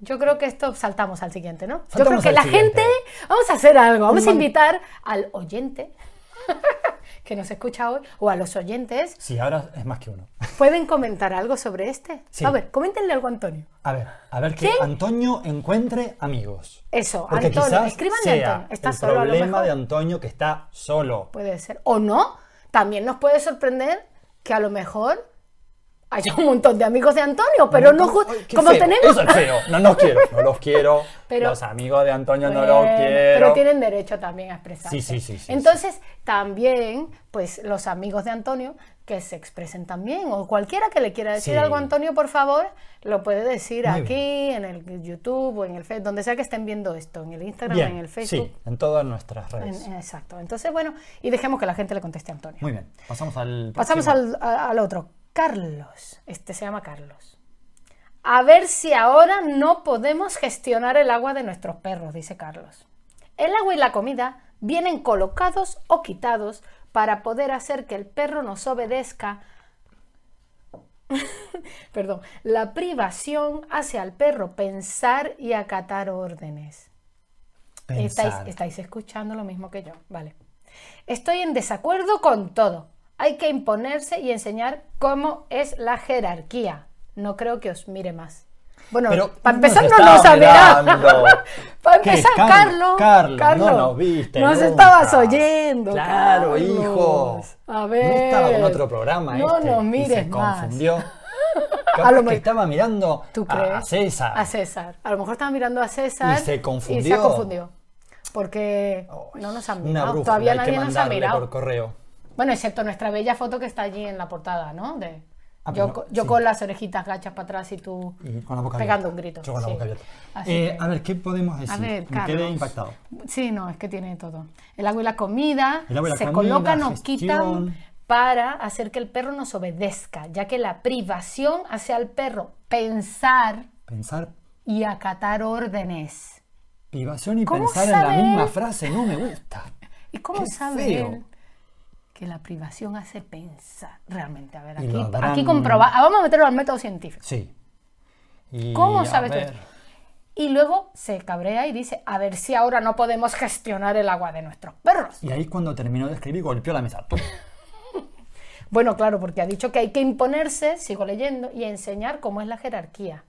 Speaker 1: yo creo que esto saltamos al siguiente, ¿no? yo creo
Speaker 2: Saltamos
Speaker 1: que
Speaker 2: al
Speaker 1: la
Speaker 2: siguiente.
Speaker 1: gente, vamos a hacer algo, vamos a
Speaker 2: man-
Speaker 1: invitar al oyente que nos escucha hoy, o a los oyentes,
Speaker 2: Sí, ahora es más que uno.
Speaker 1: ¿pueden comentar algo sobre este?
Speaker 2: Sí.
Speaker 1: A ver, coméntenle algo a Antonio.
Speaker 2: A ver, a ver que
Speaker 1: ¿Sí?
Speaker 2: Antonio encuentre amigos.
Speaker 1: Eso,
Speaker 2: Porque
Speaker 1: Antonio,
Speaker 2: quizás
Speaker 1: escríbanle a
Speaker 2: sea
Speaker 1: Antonio. Está
Speaker 2: el
Speaker 1: solo a lo
Speaker 2: problema
Speaker 1: mejor.
Speaker 2: de Antonio que está solo.
Speaker 1: Puede ser. O no. También nos puede sorprender que a lo mejor haya un montón de amigos de Antonio, pero no ju-
Speaker 2: Ay, qué
Speaker 1: como
Speaker 2: feo,
Speaker 1: tenemos.
Speaker 2: Eso es feo. No los quiero. No los quiero.
Speaker 1: Pero-
Speaker 2: los amigos de Antonio no
Speaker 1: Bueno,
Speaker 2: los quiero.
Speaker 1: pero tienen derecho también a expresarse.
Speaker 2: Sí, sí, sí, sí,
Speaker 1: Entonces, también, pues los amigos de Antonio que se expresen también, o cualquiera que le quiera decir
Speaker 2: Sí.
Speaker 1: algo a Antonio, por favor, lo puede decir
Speaker 2: Muy
Speaker 1: aquí, en el YouTube o en el Facebook, donde sea que estén viendo esto, en el Instagram,
Speaker 2: Bien,
Speaker 1: en el Facebook.
Speaker 2: Sí, en todas nuestras
Speaker 1: en-
Speaker 2: redes.
Speaker 1: en- exacto. Entonces, bueno, y dejemos que la gente le conteste a Antonio.
Speaker 2: Muy bien. Pasamos al.
Speaker 1: Pasamos
Speaker 2: próximo.
Speaker 1: al, a- al otro. Carlos. Este se llama Carlos. A ver si ahora no podemos gestionar el agua de nuestros perros, dice Carlos. El agua y la comida vienen colocados o quitados para poder hacer que el perro nos obedezca. Perdón, la privación hace al perro pensar y acatar órdenes. Estáis,
Speaker 2: Pensar.
Speaker 1: estáis escuchando lo mismo que yo, vale. Estoy en desacuerdo con todo. Hay que imponerse y enseñar cómo es la jerarquía. No creo que os mire más. Bueno,
Speaker 2: Pero
Speaker 1: para
Speaker 2: nos
Speaker 1: empezar no
Speaker 2: está
Speaker 1: nos mirado.
Speaker 2: mirando.
Speaker 1: para
Speaker 2: ¿Qué,
Speaker 1: empezar,
Speaker 2: Carlos?
Speaker 1: Carlos,
Speaker 2: Carlos, no nos viste
Speaker 1: Nos
Speaker 2: nunca.
Speaker 1: estabas oyendo.
Speaker 2: Claro,
Speaker 1: Carlos.
Speaker 2: hijo.
Speaker 1: A
Speaker 2: No
Speaker 1: ver.
Speaker 2: estaba con otro programa
Speaker 1: No
Speaker 2: este,
Speaker 1: nos
Speaker 2: y
Speaker 1: mires
Speaker 2: se
Speaker 1: más.
Speaker 2: confundió.
Speaker 1: A
Speaker 2: Capaz
Speaker 1: lo
Speaker 2: que
Speaker 1: me-
Speaker 2: estaba mirando
Speaker 1: ¿Tú crees?
Speaker 2: a César.
Speaker 1: A César. A lo mejor estaba mirando a César.
Speaker 2: Y se confundió.
Speaker 1: Y se confundió. Porque
Speaker 2: Ay,
Speaker 1: no nos han
Speaker 2: Una
Speaker 1: mirado.
Speaker 2: brújula
Speaker 1: Todavía
Speaker 2: hay
Speaker 1: nadie
Speaker 2: que
Speaker 1: nos ha
Speaker 2: mandarle
Speaker 1: mirado.
Speaker 2: por correo.
Speaker 1: Bueno, excepto nuestra bella foto que está allí en la portada, ¿no? De,
Speaker 2: Ah,
Speaker 1: yo
Speaker 2: pero-
Speaker 1: co- yo
Speaker 2: sí.
Speaker 1: con las orejitas gachas para atrás y tú
Speaker 2: Y con la boca
Speaker 1: pegando
Speaker 2: abierta.
Speaker 1: un grito.
Speaker 2: Yo con la
Speaker 1: sí.
Speaker 2: boca abierta.
Speaker 1: Así
Speaker 2: Eh,
Speaker 1: que-
Speaker 2: A ver, ¿qué podemos decir?
Speaker 1: a ver,
Speaker 2: Me
Speaker 1: Carlos.
Speaker 2: quedé impactado.
Speaker 1: Sí, no, es que tiene todo. El agua y la comida
Speaker 2: El agua y la
Speaker 1: se
Speaker 2: comida,
Speaker 1: colocan o
Speaker 2: gestión.
Speaker 1: quitan para hacer que el perro nos obedezca, ya que la privación hace al perro pensar
Speaker 2: Pensar,
Speaker 1: y acatar órdenes.
Speaker 2: privación y
Speaker 1: ¿Cómo
Speaker 2: pensar en la
Speaker 1: sabe
Speaker 2: misma
Speaker 1: él?
Speaker 2: frase no me gusta.
Speaker 1: ¿Y cómo
Speaker 2: Qué
Speaker 1: sabe
Speaker 2: feo.
Speaker 1: él que la privación hace pensar realmente? A ver,
Speaker 2: Y lo
Speaker 1: aquí,
Speaker 2: habrán-
Speaker 1: aquí comproba- ah, Vamos a meterlo al método científico.
Speaker 2: Sí. Y,
Speaker 1: ¿Cómo
Speaker 2: a
Speaker 1: sabes tú
Speaker 2: ver,
Speaker 1: esto? Y luego se cabrea y dice, a ver si ahora no podemos gestionar el agua de nuestros perros.
Speaker 2: Y ahí cuando terminó de escribir golpeó la mesa. ¡Pum!
Speaker 1: Bueno, claro, porque ha dicho que hay que imponerse, sigo leyendo, y enseñar cómo es la jerarquía.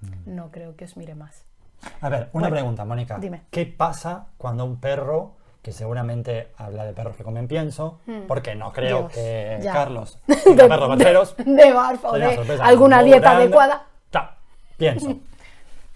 Speaker 2: Mm.
Speaker 1: No creo que os mire más.
Speaker 2: A ver, una pregunta, Mónica.
Speaker 1: dime.
Speaker 2: ¿Qué pasa cuando un perro, que seguramente habla de perros que comen pienso, porque no creo
Speaker 1: Hmm. Dios,
Speaker 2: que
Speaker 1: ya.
Speaker 2: Carlos tenga perros barberos,
Speaker 1: De barfa o
Speaker 2: sería una
Speaker 1: de
Speaker 2: sorpresa
Speaker 1: alguna
Speaker 2: muy
Speaker 1: dieta
Speaker 2: grande.
Speaker 1: adecuada.
Speaker 2: Ta, pienso.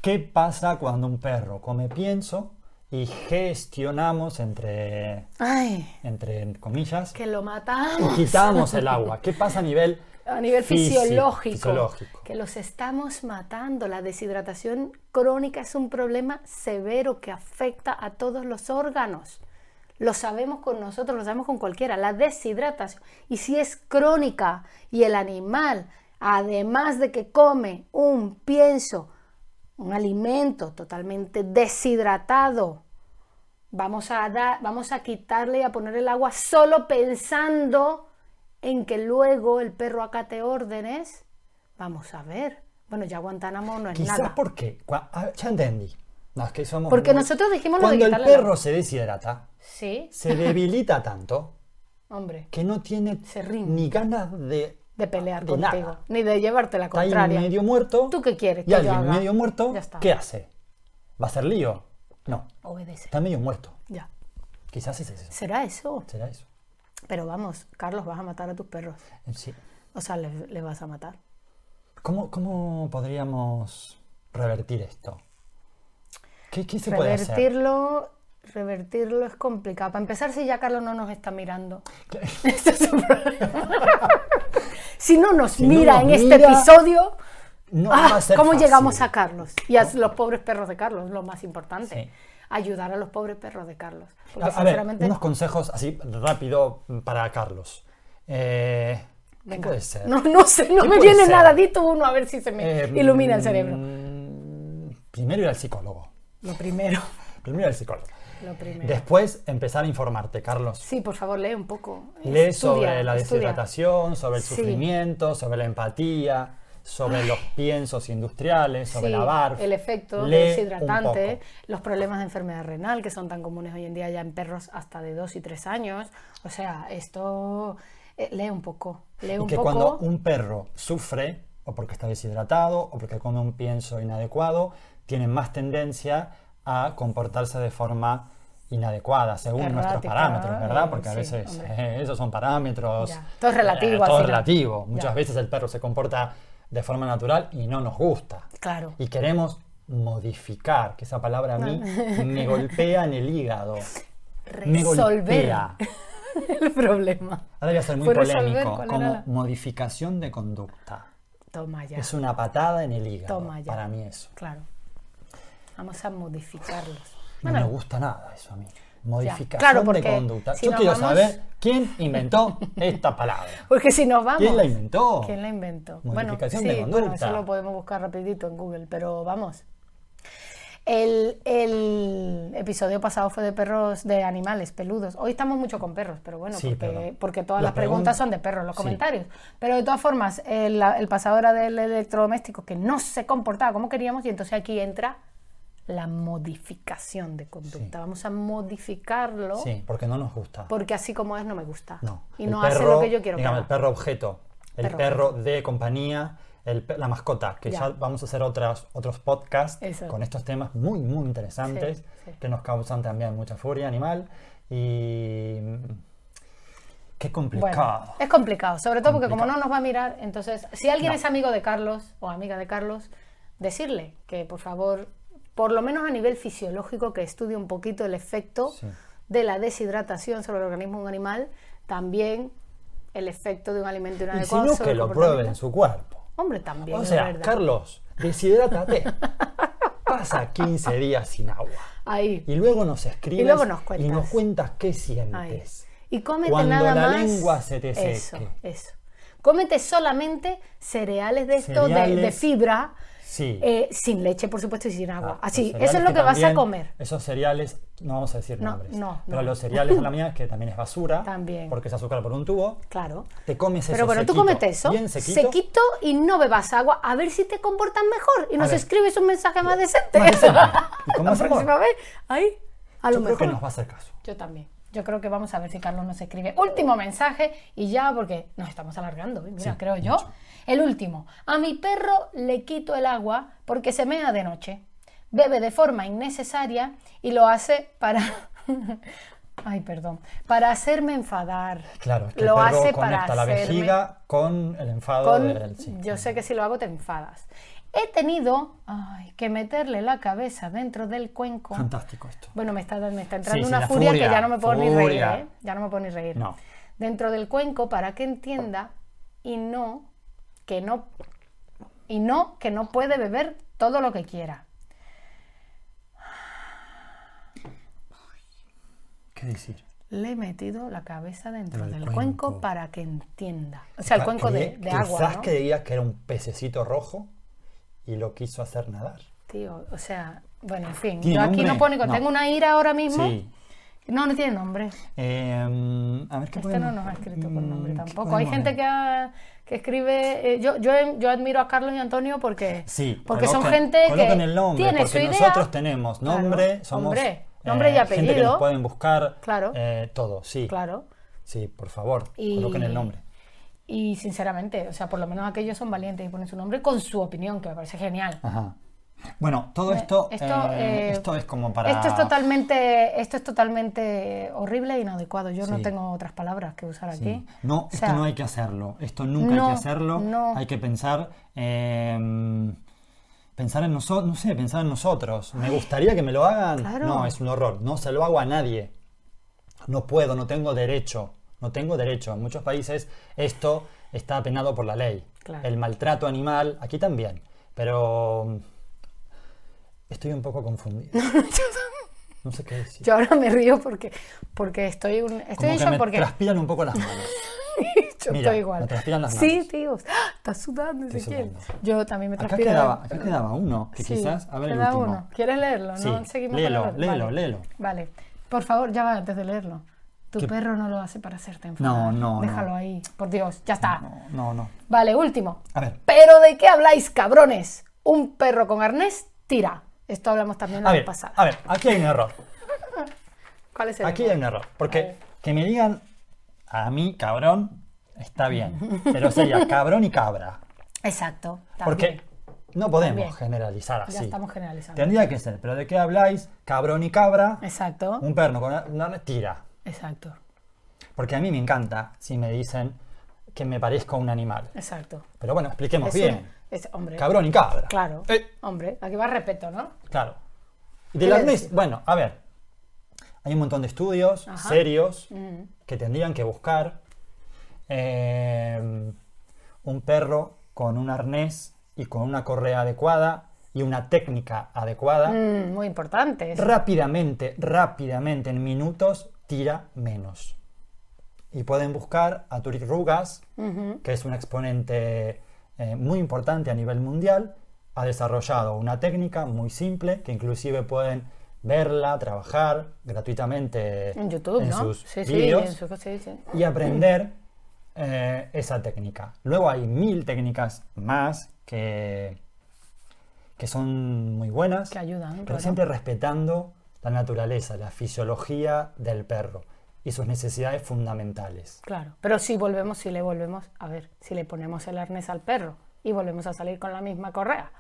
Speaker 2: ¿Qué pasa cuando un perro come pienso y gestionamos entre,
Speaker 1: Ay,
Speaker 2: entre comillas,
Speaker 1: que lo matamos.
Speaker 2: quitamos el agua? ¿Qué pasa a nivel
Speaker 1: Pues, A nivel
Speaker 2: fisi-
Speaker 1: fisiológico,
Speaker 2: fisiológico?
Speaker 1: que los estamos matando. La deshidratación crónica es un problema severo que afecta a todos los órganos. Lo sabemos con nosotros, lo sabemos con cualquiera, la deshidratación. Y si es crónica y el animal, además de que come un pienso, un alimento totalmente deshidratado, Vamos a, dar, vamos a quitarle y a poner el agua solo pensando en que luego el perro acate órdenes. Vamos a ver. Bueno, ya Guantánamo no es
Speaker 2: Quizás
Speaker 1: nada.
Speaker 2: porque, cua- ah, ya entendí. No, es que somos
Speaker 1: Porque
Speaker 2: muy-
Speaker 1: nosotros dijimos lo de
Speaker 2: Cuando el
Speaker 1: quitarle el
Speaker 2: perro se deshidrata,
Speaker 1: Sí,
Speaker 2: se debilita tanto
Speaker 1: hombre,
Speaker 2: que no tiene
Speaker 1: Se rinde.
Speaker 2: ni ganas de...
Speaker 1: de pelear
Speaker 2: Ah, De
Speaker 1: contigo,
Speaker 2: nada.
Speaker 1: ni de llevarte la
Speaker 2: Está ahí
Speaker 1: contraria.
Speaker 2: medio muerto.
Speaker 1: ¿Tú qué quieres
Speaker 2: Y
Speaker 1: que yo
Speaker 2: alguien
Speaker 1: haga?
Speaker 2: medio muerto,
Speaker 1: Ya está.
Speaker 2: ¿qué hace? ¿Va a ser lío? No,
Speaker 1: Obedece.
Speaker 2: está medio muerto.
Speaker 1: Ya.
Speaker 2: Quizás es eso.
Speaker 1: ¿Será eso?
Speaker 2: ¿Será eso?
Speaker 1: Pero vamos, Carlos, vas a matar a tus perros.
Speaker 2: Eh, Sí.
Speaker 1: O sea, les, les vas a matar.
Speaker 2: ¿Cómo, cómo podríamos revertir esto? ¿Qué, qué se puede hacer?
Speaker 1: Revertirlo, revertirlo es complicado. Para empezar, si ya Carlos no nos está mirando. Ese es un problema. si no nos
Speaker 2: no
Speaker 1: mira
Speaker 2: nos
Speaker 1: en este
Speaker 2: mira,
Speaker 1: episodio,
Speaker 2: No
Speaker 1: ¡ah!
Speaker 2: va a ser
Speaker 1: ¿cómo
Speaker 2: fácil.
Speaker 1: llegamos a Carlos? Y a los pobres perros de Carlos, lo más importante.
Speaker 2: Sí.
Speaker 1: Ayudar a los pobres perros de Carlos.
Speaker 2: A,
Speaker 1: Porque
Speaker 2: a ver,
Speaker 1: sinceramente,
Speaker 2: unos consejos así rápido para Carlos. Eh, ¿Qué
Speaker 1: venga.
Speaker 2: puede ser?
Speaker 1: No, no sé, no
Speaker 2: ¿Qué
Speaker 1: me
Speaker 2: puede
Speaker 1: viene
Speaker 2: ser?
Speaker 1: nada. Di tú uno a ver si se me
Speaker 2: Eh,
Speaker 1: ilumina el cerebro.
Speaker 2: mm, Primero ir al psicólogo.
Speaker 1: Lo primero.
Speaker 2: Primero ir al psicólogo.
Speaker 1: Lo primero.
Speaker 2: Después empezar a informarte, Carlos.
Speaker 1: Sí, por favor, lee un poco.
Speaker 2: Lee
Speaker 1: Estudia,
Speaker 2: sobre
Speaker 1: estudia.
Speaker 2: la deshidratación, sobre el
Speaker 1: Sí.
Speaker 2: sufrimiento, sobre la empatía, sobre los piensos industriales, sobre
Speaker 1: Sí,
Speaker 2: la barf.
Speaker 1: el efecto
Speaker 2: Lee un
Speaker 1: deshidratante,
Speaker 2: poco.
Speaker 1: los problemas de enfermedad renal que son tan comunes hoy en día ya en perros hasta de 2 y 3 años. O sea, esto eh, lee un poco, lee
Speaker 2: Y
Speaker 1: un
Speaker 2: que
Speaker 1: poco.
Speaker 2: cuando un perro sufre, o porque está deshidratado, o porque come un pienso inadecuado, tienen más tendencia a comportarse de forma inadecuada, según nuestros
Speaker 1: Errática,
Speaker 2: parámetros, ¿verdad?
Speaker 1: eh,
Speaker 2: Porque a
Speaker 1: sí,
Speaker 2: veces
Speaker 1: hombre.
Speaker 2: eh, esos son parámetros. eh,
Speaker 1: Ya, todo es relativo, al
Speaker 2: todo es
Speaker 1: final.
Speaker 2: relativo. Muchas
Speaker 1: Ya.
Speaker 2: veces el perro se comporta de forma natural y no nos gusta.
Speaker 1: Claro.
Speaker 2: y queremos modificar, que esa palabra a mí
Speaker 1: Ah.
Speaker 2: me golpea en el hígado. Me
Speaker 1: Resolver
Speaker 2: golpea.
Speaker 1: el problema.
Speaker 2: Ahora voy a ser muy
Speaker 1: Fue resolver,
Speaker 2: polémico,
Speaker 1: ¿cuál era
Speaker 2: como
Speaker 1: la-
Speaker 2: modificación de conducta.
Speaker 1: Toma ya.
Speaker 2: Es una patada en el hígado
Speaker 1: Toma ya.
Speaker 2: para mí eso.
Speaker 1: Claro. Vamos a modificarlos.
Speaker 2: No
Speaker 1: Bueno,
Speaker 2: me gusta nada eso a mí. Modificación
Speaker 1: Claro,
Speaker 2: de
Speaker 1: porque
Speaker 2: conducta.
Speaker 1: si
Speaker 2: Yo
Speaker 1: nos
Speaker 2: quiero
Speaker 1: vamos-
Speaker 2: saber quién inventó esta palabra.
Speaker 1: porque si nos vamos.
Speaker 2: ¿Quién la inventó?
Speaker 1: ¿Quién la inventó?
Speaker 2: Modificación
Speaker 1: bueno,
Speaker 2: de
Speaker 1: sí, Bueno,
Speaker 2: conducta.
Speaker 1: eso lo podemos buscar rapidito en Google, pero vamos. El, el episodio pasado fue de perros, de animales peludos. Hoy estamos mucho con perros, pero bueno,
Speaker 2: Sí,
Speaker 1: porque,
Speaker 2: perdón.
Speaker 1: porque todas
Speaker 2: La
Speaker 1: las preguntas
Speaker 2: pregunta-
Speaker 1: son de perros, los
Speaker 2: Sí.
Speaker 1: comentarios. Pero de todas formas, el, la- el pasado era del electrodoméstico que no se comportaba como queríamos y entonces aquí entra la modificación de conducta. Vamos a modificarlo
Speaker 2: Sí, porque no nos gusta.
Speaker 1: porque así como es no me gusta.
Speaker 2: No.
Speaker 1: Y
Speaker 2: el
Speaker 1: no hace
Speaker 2: perro,
Speaker 1: lo que yo quiero. que
Speaker 2: Digamos,
Speaker 1: haga.
Speaker 2: el perro objeto, el
Speaker 1: Perro
Speaker 2: perro, de compañía, el pe- la mascota, que
Speaker 1: Ya.
Speaker 2: ya, vamos a hacer otras, otros podcasts
Speaker 1: Eso.
Speaker 2: con estos temas muy, muy interesantes
Speaker 1: Sí, sí.
Speaker 2: que nos causan también mucha furia animal. Y. mm, Qué complicado.
Speaker 1: Bueno, es complicado, sobre todo porque como no
Speaker 2: Complicado.
Speaker 1: nos va a mirar, entonces, si alguien
Speaker 2: No.
Speaker 1: es amigo de Carlos o amiga de Carlos, decirle que por favor, por lo menos a nivel fisiológico, que estudie un poquito el efecto
Speaker 2: Sí.
Speaker 1: de la deshidratación sobre el organismo de un animal, también el efecto de un alimento
Speaker 2: y si
Speaker 1: inadecuado.
Speaker 2: no,
Speaker 1: sobre
Speaker 2: que
Speaker 1: el
Speaker 2: lo
Speaker 1: comportamiento.
Speaker 2: pruebe en su cuerpo.
Speaker 1: Hombre, también.
Speaker 2: o
Speaker 1: es
Speaker 2: sea,
Speaker 1: verdad.
Speaker 2: Carlos, deshidrátate. Pasa 15 días sin agua.
Speaker 1: Ahí.
Speaker 2: Y luego nos escribes
Speaker 1: luego nos
Speaker 2: y
Speaker 1: cuentas.
Speaker 2: nos cuentas qué
Speaker 1: Ahí.
Speaker 2: sientes.
Speaker 1: Y cómete
Speaker 2: Cuando
Speaker 1: nada
Speaker 2: la
Speaker 1: más.
Speaker 2: lengua se te seque.
Speaker 1: Eso, eso. Cómete solamente cereales de estos de- de,
Speaker 2: Cereales.
Speaker 1: fibra
Speaker 2: Sí.
Speaker 1: Eh, sin leche, por supuesto, y sin agua.
Speaker 2: Ah,
Speaker 1: Así, eso
Speaker 2: los
Speaker 1: es
Speaker 2: cereales
Speaker 1: lo que, vas a
Speaker 2: también-
Speaker 1: comer.
Speaker 2: Esos cereales, no vamos a decir
Speaker 1: No,
Speaker 2: nombres,
Speaker 1: no,
Speaker 2: pero
Speaker 1: no.
Speaker 2: los cereales a la mañana, que también es basura,
Speaker 1: También.
Speaker 2: porque es azúcar por un tubo,
Speaker 1: Claro.
Speaker 2: te comes eso
Speaker 1: Pero bueno, tú
Speaker 2: sequito,
Speaker 1: comete eso,
Speaker 2: bien sequito,
Speaker 1: sequito y no bebas agua, a ver si te comportas mejor y nos
Speaker 2: ver.
Speaker 1: escribes un mensaje más decente.
Speaker 2: Más decente. ¿Y cómo
Speaker 1: La
Speaker 2: hacemos?
Speaker 1: próxima vez, ahí, a
Speaker 2: yo
Speaker 1: lo
Speaker 2: creo
Speaker 1: mejor.
Speaker 2: que nos va a hacer caso.
Speaker 1: Yo también. Yo creo que vamos a ver si Carlos nos escribe. Último mensaje y ya, porque nos estamos alargando, ¿eh? mira,
Speaker 2: Sí,
Speaker 1: creo yo. El último. A mi perro le quito el agua porque se mea de noche. Bebe de forma innecesaria y lo hace para. Ay, perdón. Para hacerme enfadar.
Speaker 2: Claro, es que
Speaker 1: lo
Speaker 2: el perro
Speaker 1: hace para
Speaker 2: conecta la
Speaker 1: hacerme-
Speaker 2: vejiga con el enfado
Speaker 1: con-
Speaker 2: del sí.
Speaker 1: Yo sé que si lo hago te enfadas. He tenido ay, que meterle la cabeza dentro del cuenco.
Speaker 2: Fantástico esto.
Speaker 1: Bueno, me está, me está entrando
Speaker 2: sí,
Speaker 1: una
Speaker 2: la
Speaker 1: furia,
Speaker 2: furia,
Speaker 1: que ya no me puedo ni reír,
Speaker 2: furia.
Speaker 1: ¿eh? Ya no me puedo ni reír.
Speaker 2: No.
Speaker 1: Dentro del cuenco para que entienda y no que no y no que no puede beber todo lo que quiera.
Speaker 2: ¿Qué decir?
Speaker 1: Le he metido la cabeza dentro
Speaker 2: Del
Speaker 1: del cuenco.
Speaker 2: cuenco.
Speaker 1: para que entienda. O sea, el
Speaker 2: Ca-
Speaker 1: cuenco de,
Speaker 2: creí-
Speaker 1: de agua,
Speaker 2: Ah, Quizás
Speaker 1: ¿no?
Speaker 2: creía que era un pececito rojo y lo quiso hacer nadar.
Speaker 1: Tío, o sea, bueno, en fin,
Speaker 2: ¿Tiene
Speaker 1: yo aquí
Speaker 2: nombre?
Speaker 1: no pone,
Speaker 2: No.
Speaker 1: tengo una ira ahora mismo.
Speaker 2: Sí.
Speaker 1: No, no tiene nombre.
Speaker 2: Eh, a ver qué
Speaker 1: Este no
Speaker 2: podemos-
Speaker 1: nos ha escrito con nombre
Speaker 2: Mm, ¿qué
Speaker 1: tampoco. Hay
Speaker 2: podemos
Speaker 1: gente
Speaker 2: ver?
Speaker 1: que, ha- que escribe. eh, yo, yo, yo admiro a Carlos y Antonio porque,
Speaker 2: Sí,
Speaker 1: porque son
Speaker 2: coloquen-
Speaker 1: gente que
Speaker 2: coloquen el nombre,
Speaker 1: tiene
Speaker 2: porque
Speaker 1: su idea.
Speaker 2: nosotros tenemos
Speaker 1: Claro,
Speaker 2: nombre, somos
Speaker 1: hombre,
Speaker 2: eh,
Speaker 1: nombre y
Speaker 2: gente que
Speaker 1: apellido.
Speaker 2: nos pueden buscar
Speaker 1: Claro.
Speaker 2: eh, todo, sí,
Speaker 1: Claro.
Speaker 2: sí, por favor,
Speaker 1: Y-
Speaker 2: coloquen el nombre.
Speaker 1: Y sinceramente, o sea, por lo menos aquellos son valientes y ponen su nombre con su opinión, que me parece genial.
Speaker 2: Ajá. Bueno, todo esto,
Speaker 1: Esto,
Speaker 2: eh,
Speaker 1: eh,
Speaker 2: esto es como para
Speaker 1: Esto es totalmente, esto es totalmente horrible e inadecuado. Yo no
Speaker 2: Sí.
Speaker 1: tengo otras palabras que usar
Speaker 2: Sí.
Speaker 1: aquí.
Speaker 2: No,
Speaker 1: O
Speaker 2: esto
Speaker 1: sea,
Speaker 2: no hay que hacerlo. Esto nunca hay
Speaker 1: no,
Speaker 2: que hacerlo.
Speaker 1: no.
Speaker 2: Hay que pensar. eh, pensar en nosotros. No sé, pensar en nosotros. Me gustaría que me lo hagan.
Speaker 1: Claro.
Speaker 2: No, es un horror. No se lo hago a nadie. No puedo, no tengo derecho. No tengo derecho. En muchos países esto está penado por la ley.
Speaker 1: Claro.
Speaker 2: El maltrato animal, aquí también. Pero mm, estoy un poco confundido. No sé qué decir.
Speaker 1: Yo ahora me río porque, porque estoy, un, estoy
Speaker 2: Como
Speaker 1: en
Speaker 2: que
Speaker 1: shock
Speaker 2: me
Speaker 1: porque
Speaker 2: transpiran un poco las manos.
Speaker 1: yo
Speaker 2: Mira,
Speaker 1: estoy igual.
Speaker 2: me transpiran las
Speaker 1: Sí,
Speaker 2: manos.
Speaker 1: tíos. ¡Ah! Estás sudando,
Speaker 2: Estoy
Speaker 1: Ezequiel.
Speaker 2: sudando.
Speaker 1: Yo también me
Speaker 2: Acá
Speaker 1: transpiro.
Speaker 2: quedaba, acá quedaba uno, que
Speaker 1: Sí,
Speaker 2: quizás. A ver el
Speaker 1: queda
Speaker 2: último.
Speaker 1: uno. ¿Quieres leerlo?
Speaker 2: Sí,
Speaker 1: ¿no? Seguimos con
Speaker 2: léelo,
Speaker 1: el otro.
Speaker 2: léelo,
Speaker 1: Vale.
Speaker 2: léelo.
Speaker 1: Vale. Por favor, ya va antes de leerlo. Tu
Speaker 2: ¿Qué?
Speaker 1: perro no lo hace para hacerte enfadar.
Speaker 2: No, no, no.
Speaker 1: Déjalo ahí. Por Dios, ya está.
Speaker 2: No, no, no.
Speaker 1: Vale, último.
Speaker 2: A ver.
Speaker 1: ¿Pero de qué habláis, cabrones? Un perro con arnés tira. Esto hablamos también la
Speaker 2: A
Speaker 1: vez
Speaker 2: ver,
Speaker 1: pasada.
Speaker 2: a ver, aquí hay un error.
Speaker 1: ¿Cuál es el
Speaker 2: Aquí
Speaker 1: error?
Speaker 2: hay un error.
Speaker 1: A
Speaker 2: Porque
Speaker 1: ver.
Speaker 2: que me digan a mí, cabrón, está bien. Pero sería cabrón y cabra.
Speaker 1: Exacto.
Speaker 2: Porque
Speaker 1: también.
Speaker 2: no podemos
Speaker 1: También.
Speaker 2: generalizar
Speaker 1: Ya
Speaker 2: así.
Speaker 1: estamos generalizando.
Speaker 2: Tendría que ser, pero ¿de qué habláis? Cabrón y cabra.
Speaker 1: Exacto.
Speaker 2: Un perno con una tira.
Speaker 1: Exacto.
Speaker 2: Porque a mí me encanta si me dicen que me parezco a un animal.
Speaker 1: Exacto.
Speaker 2: Pero bueno, expliquemos
Speaker 1: Es
Speaker 2: bien.
Speaker 1: un- es- hombre.
Speaker 2: Cabrón y cabra.
Speaker 1: Claro.
Speaker 2: Eh,
Speaker 1: Hombre, aquí va respeto, ¿no?
Speaker 2: Claro.
Speaker 1: ¿Qué
Speaker 2: Y del
Speaker 1: le
Speaker 2: arnés,
Speaker 1: decís?
Speaker 2: bueno, a ver. Hay un montón de estudios
Speaker 1: Ajá.
Speaker 2: serios
Speaker 1: Mm.
Speaker 2: que tendrían que buscar eh, un perro con un arnés y con una correa adecuada y una técnica adecuada.
Speaker 1: Mm, muy importante. eso.
Speaker 2: Rápidamente, rápidamente, en minutos, tira menos. Y pueden buscar a Turic Rugas,
Speaker 1: Ujú.
Speaker 2: que es un exponente eh, muy importante a nivel mundial, ha desarrollado una técnica muy simple que inclusive pueden verla, trabajar gratuitamente
Speaker 1: En YouTube,
Speaker 2: en
Speaker 1: ¿no?
Speaker 2: sus
Speaker 1: sí,
Speaker 2: vídeos
Speaker 1: sí, en sus- sí, sí.
Speaker 2: y aprender eh, esa técnica. Luego hay mil técnicas más que, que son muy buenas,
Speaker 1: Que ayudan,
Speaker 2: pero
Speaker 1: claro.
Speaker 2: siempre respetando la naturaleza, la fisiología del perro y sus necesidades fundamentales.
Speaker 1: Claro. Pero si volvemos, si le volvemos, a ver, si le ponemos el arnés al perro y volvemos a salir con la misma correa,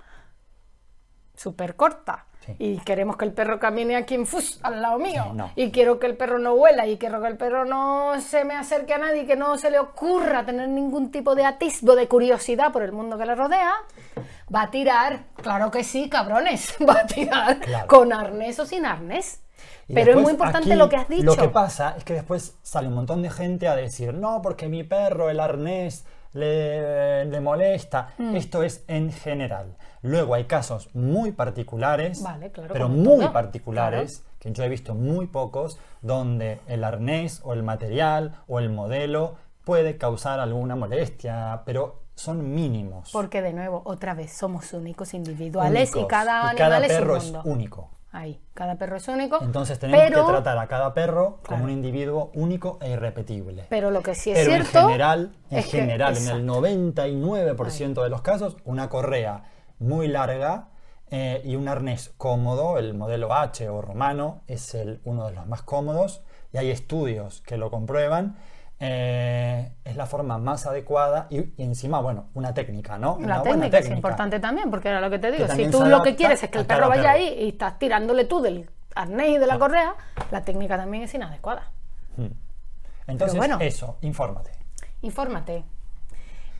Speaker 1: súper corta,
Speaker 2: Sí.
Speaker 1: y queremos que el perro camine aquí en fus, al lado mío,
Speaker 2: Sí, no.
Speaker 1: y quiero que el perro no vuela, y quiero que el perro no se me acerque a nadie, que no se le ocurra tener ningún tipo de atisbo de curiosidad por el mundo que le rodea, va a tirar, claro que sí, cabrones, va a tirar
Speaker 2: Claro.
Speaker 1: con arnés o sin arnés.
Speaker 2: Y
Speaker 1: Pero es
Speaker 2: después
Speaker 1: muy importante
Speaker 2: aquí
Speaker 1: lo que has dicho.
Speaker 2: Lo que pasa es que después sale un montón de gente a decir, no, porque mi perro, el arnés, le, le molesta.
Speaker 1: Mm.
Speaker 2: Esto es en general. Luego hay casos muy particulares,
Speaker 1: Vale, claro,
Speaker 2: pero
Speaker 1: como
Speaker 2: muy
Speaker 1: todo,
Speaker 2: particulares, que yo he visto muy pocos, donde el arnés o el material o el modelo puede causar alguna molestia, pero son mínimos.
Speaker 1: Porque de nuevo, otra vez, somos únicos individuales y
Speaker 2: únicos,
Speaker 1: cada
Speaker 2: y
Speaker 1: animal
Speaker 2: cada
Speaker 1: es un
Speaker 2: perro
Speaker 1: mundo.
Speaker 2: único.
Speaker 1: Ahí, cada perro es único.
Speaker 2: Entonces tenemos
Speaker 1: pero,
Speaker 2: que tratar a cada perro como
Speaker 1: Claro.
Speaker 2: un individuo único e irrepetible.
Speaker 1: Pero lo que sí es
Speaker 2: Pero
Speaker 1: cierto.
Speaker 2: en general, en
Speaker 1: es que-
Speaker 2: general, en
Speaker 1: exacto.
Speaker 2: el 99% de los casos, una correa muy larga eh, y un arnés cómodo, el modelo H o romano es el, uno de los más cómodos y hay estudios que lo comprueban. eh, es la forma más adecuada y, y encima, bueno, una técnica, ¿no?
Speaker 1: La
Speaker 2: Una buena
Speaker 1: técnica es importante también, porque era lo que te digo. si
Speaker 2: también
Speaker 1: tú
Speaker 2: se
Speaker 1: lo que
Speaker 2: adapta
Speaker 1: quieres es que el
Speaker 2: a
Speaker 1: perro
Speaker 2: cada
Speaker 1: vaya
Speaker 2: perro.
Speaker 1: ahí y estás tirándole tú del arnés y de
Speaker 2: Ah.
Speaker 1: la correa, la técnica también es inadecuada.
Speaker 2: Entonces,
Speaker 1: Pero bueno.
Speaker 2: eso, infórmate.
Speaker 1: Infórmate.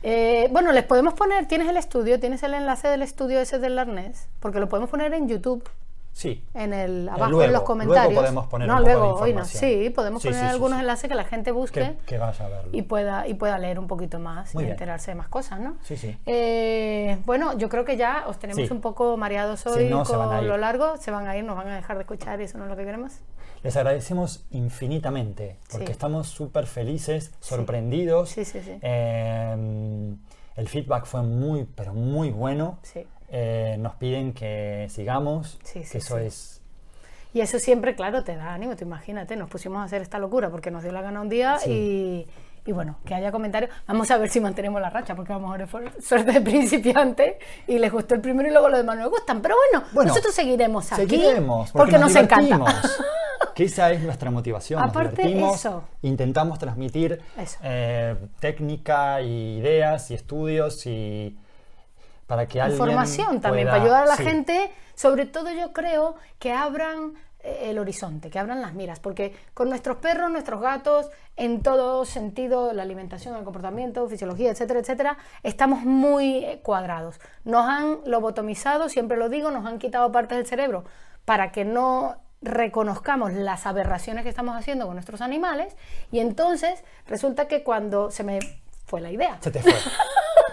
Speaker 1: Eh, bueno, les podemos poner, tienes el estudio, tienes el enlace del estudio ese del arnés, porque lo podemos poner en YouTube,
Speaker 2: Sí.
Speaker 1: en el
Speaker 2: Eh,
Speaker 1: abajo en
Speaker 2: luego,
Speaker 1: los
Speaker 2: luego
Speaker 1: comentarios.
Speaker 2: podemos poner
Speaker 1: no,
Speaker 2: un poco de
Speaker 1: luego, hoy no.
Speaker 2: información.
Speaker 1: Sí, podemos
Speaker 2: Sí,
Speaker 1: poner
Speaker 2: sí, sí,
Speaker 1: algunos
Speaker 2: sí.
Speaker 1: enlaces que la gente busque
Speaker 2: Que, que vaya a verlo.
Speaker 1: y pueda y pueda leer un poquito más
Speaker 2: Muy
Speaker 1: y
Speaker 2: bien.
Speaker 1: enterarse de más cosas, ¿no?
Speaker 2: Sí, sí.
Speaker 1: Eh, bueno, yo creo que ya os tenemos
Speaker 2: Sí.
Speaker 1: un poco mareados hoy
Speaker 2: no, se van a
Speaker 1: con
Speaker 2: ir.
Speaker 1: lo largo, se van a ir, nos van a dejar de escuchar y eso no es lo que queremos.
Speaker 2: Les agradecemos infinitamente porque
Speaker 1: Sí.
Speaker 2: estamos súper felices, sorprendidos.
Speaker 1: Sí, sí, sí.
Speaker 2: Eh, el feedback fue muy, pero muy bueno.
Speaker 1: Sí.
Speaker 2: Eh, nos piden que sigamos,
Speaker 1: Sí, sí,
Speaker 2: que eso
Speaker 1: sí.
Speaker 2: es
Speaker 1: Y eso siempre, claro, te da ánimo, tú imagínate, nos pusimos a hacer esta locura porque nos dio la gana un día y, y bueno, que haya comentarios. Vamos a ver si mantenemos la racha, porque a lo mejor fue suerte de principiante y les gustó el primero y luego los demás no les gustan. Pero bueno,
Speaker 2: Bueno,
Speaker 1: nosotros seguiremos aquí
Speaker 2: seguiremos,
Speaker 1: porque, nos, encanta.
Speaker 2: divertimos. que esa es nuestra motivación. nos
Speaker 1: Aparte,
Speaker 2: divertimos,
Speaker 1: eso.
Speaker 2: Intentamos transmitir
Speaker 1: Eso.
Speaker 2: eh, técnica y ideas y estudios y para que alguien
Speaker 1: Información también,
Speaker 2: pueda-
Speaker 1: para ayudar a la
Speaker 2: sí,
Speaker 1: gente, sobre todo yo creo que abran eh, el horizonte, que abran las miras, porque con nuestros perros, nuestros gatos, en todo sentido, la alimentación, el comportamiento, fisiología, etcétera, etcétera, estamos muy eh, cuadrados. Nos han lobotomizado, siempre lo digo, nos han quitado partes del cerebro para que no reconozcamos las aberraciones que estamos haciendo con nuestros animales y entonces resulta que cuando se me fue la idea.
Speaker 2: Se te fue.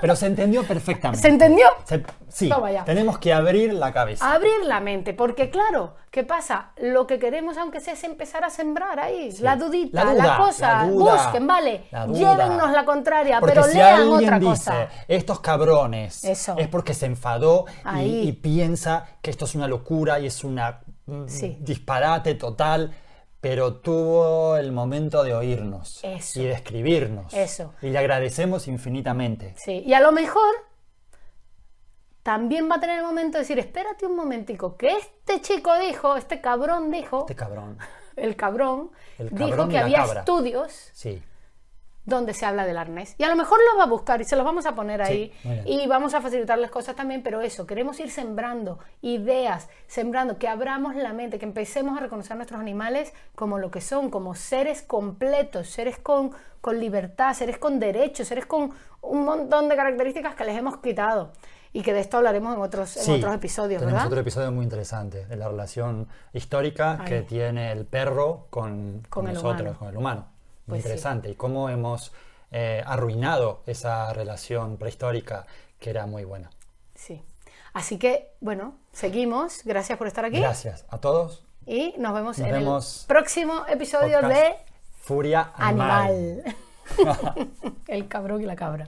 Speaker 2: Pero se entendió perfectamente.
Speaker 1: ¿Se entendió?
Speaker 2: Se- sí.
Speaker 1: Toma ya.
Speaker 2: Tenemos que abrir la cabeza.
Speaker 1: Abrir la mente, porque claro, ¿qué pasa? Lo que queremos, aunque sea, es empezar a sembrar ahí, la dudita, la,
Speaker 2: La duda,
Speaker 1: cosa,
Speaker 2: la duda,
Speaker 1: busquen, ¿vale?
Speaker 2: la duda.
Speaker 1: Llévennos la contraria,
Speaker 2: Porque
Speaker 1: pero
Speaker 2: si
Speaker 1: lean
Speaker 2: alguien
Speaker 1: otra
Speaker 2: dice,
Speaker 1: cosa.
Speaker 2: Estos cabrones.
Speaker 1: Eso.
Speaker 2: Es porque se enfadó y,
Speaker 1: Ahí.
Speaker 2: y piensa que esto es una locura y es una mm,
Speaker 1: Sí.
Speaker 2: disparate total. Pero tuvo el momento de oírnos
Speaker 1: Eso.
Speaker 2: y de escribirnos.
Speaker 1: Eso.
Speaker 2: Y le agradecemos infinitamente.
Speaker 1: Sí, y a lo mejor también va a tener el momento de decir, espérate un momentico, que este chico dijo, este cabrón dijo,
Speaker 2: Este cabrón.
Speaker 1: el cabrón,
Speaker 2: El
Speaker 1: dijo
Speaker 2: cabrón
Speaker 1: que
Speaker 2: y la
Speaker 1: había
Speaker 2: cabra.
Speaker 1: estudios
Speaker 2: Sí.
Speaker 1: donde se habla del arnés. Y a lo mejor lo va a buscar y se los vamos a poner ahí.
Speaker 2: muy bien.
Speaker 1: y vamos a facilitarles cosas también, pero eso, queremos ir sembrando ideas, sembrando, que abramos la mente, que empecemos a reconocer nuestros animales como lo que son, como seres completos, seres con, con libertad, seres con derechos, seres con un montón de características que les hemos quitado. Y que de esto hablaremos en otros, en
Speaker 2: Sí,
Speaker 1: otros episodios,
Speaker 2: tenemos
Speaker 1: ¿verdad?
Speaker 2: otro episodio muy interesante de la relación histórica
Speaker 1: Ahí.
Speaker 2: que tiene el perro con, con
Speaker 1: el
Speaker 2: nosotros,
Speaker 1: humano.
Speaker 2: con el humano. Muy
Speaker 1: Pues sí.
Speaker 2: interesante. Y cómo hemos eh, arruinado esa relación prehistórica que era muy buena.
Speaker 1: Sí. Así que, bueno, seguimos. Gracias por estar aquí.
Speaker 2: Gracias a todos.
Speaker 1: Y nos vemos
Speaker 2: Nos
Speaker 1: en
Speaker 2: vemos.
Speaker 1: el próximo episodio
Speaker 2: Podcast
Speaker 1: de
Speaker 2: Furia Animal.
Speaker 1: animal. El cabrón y la cabra.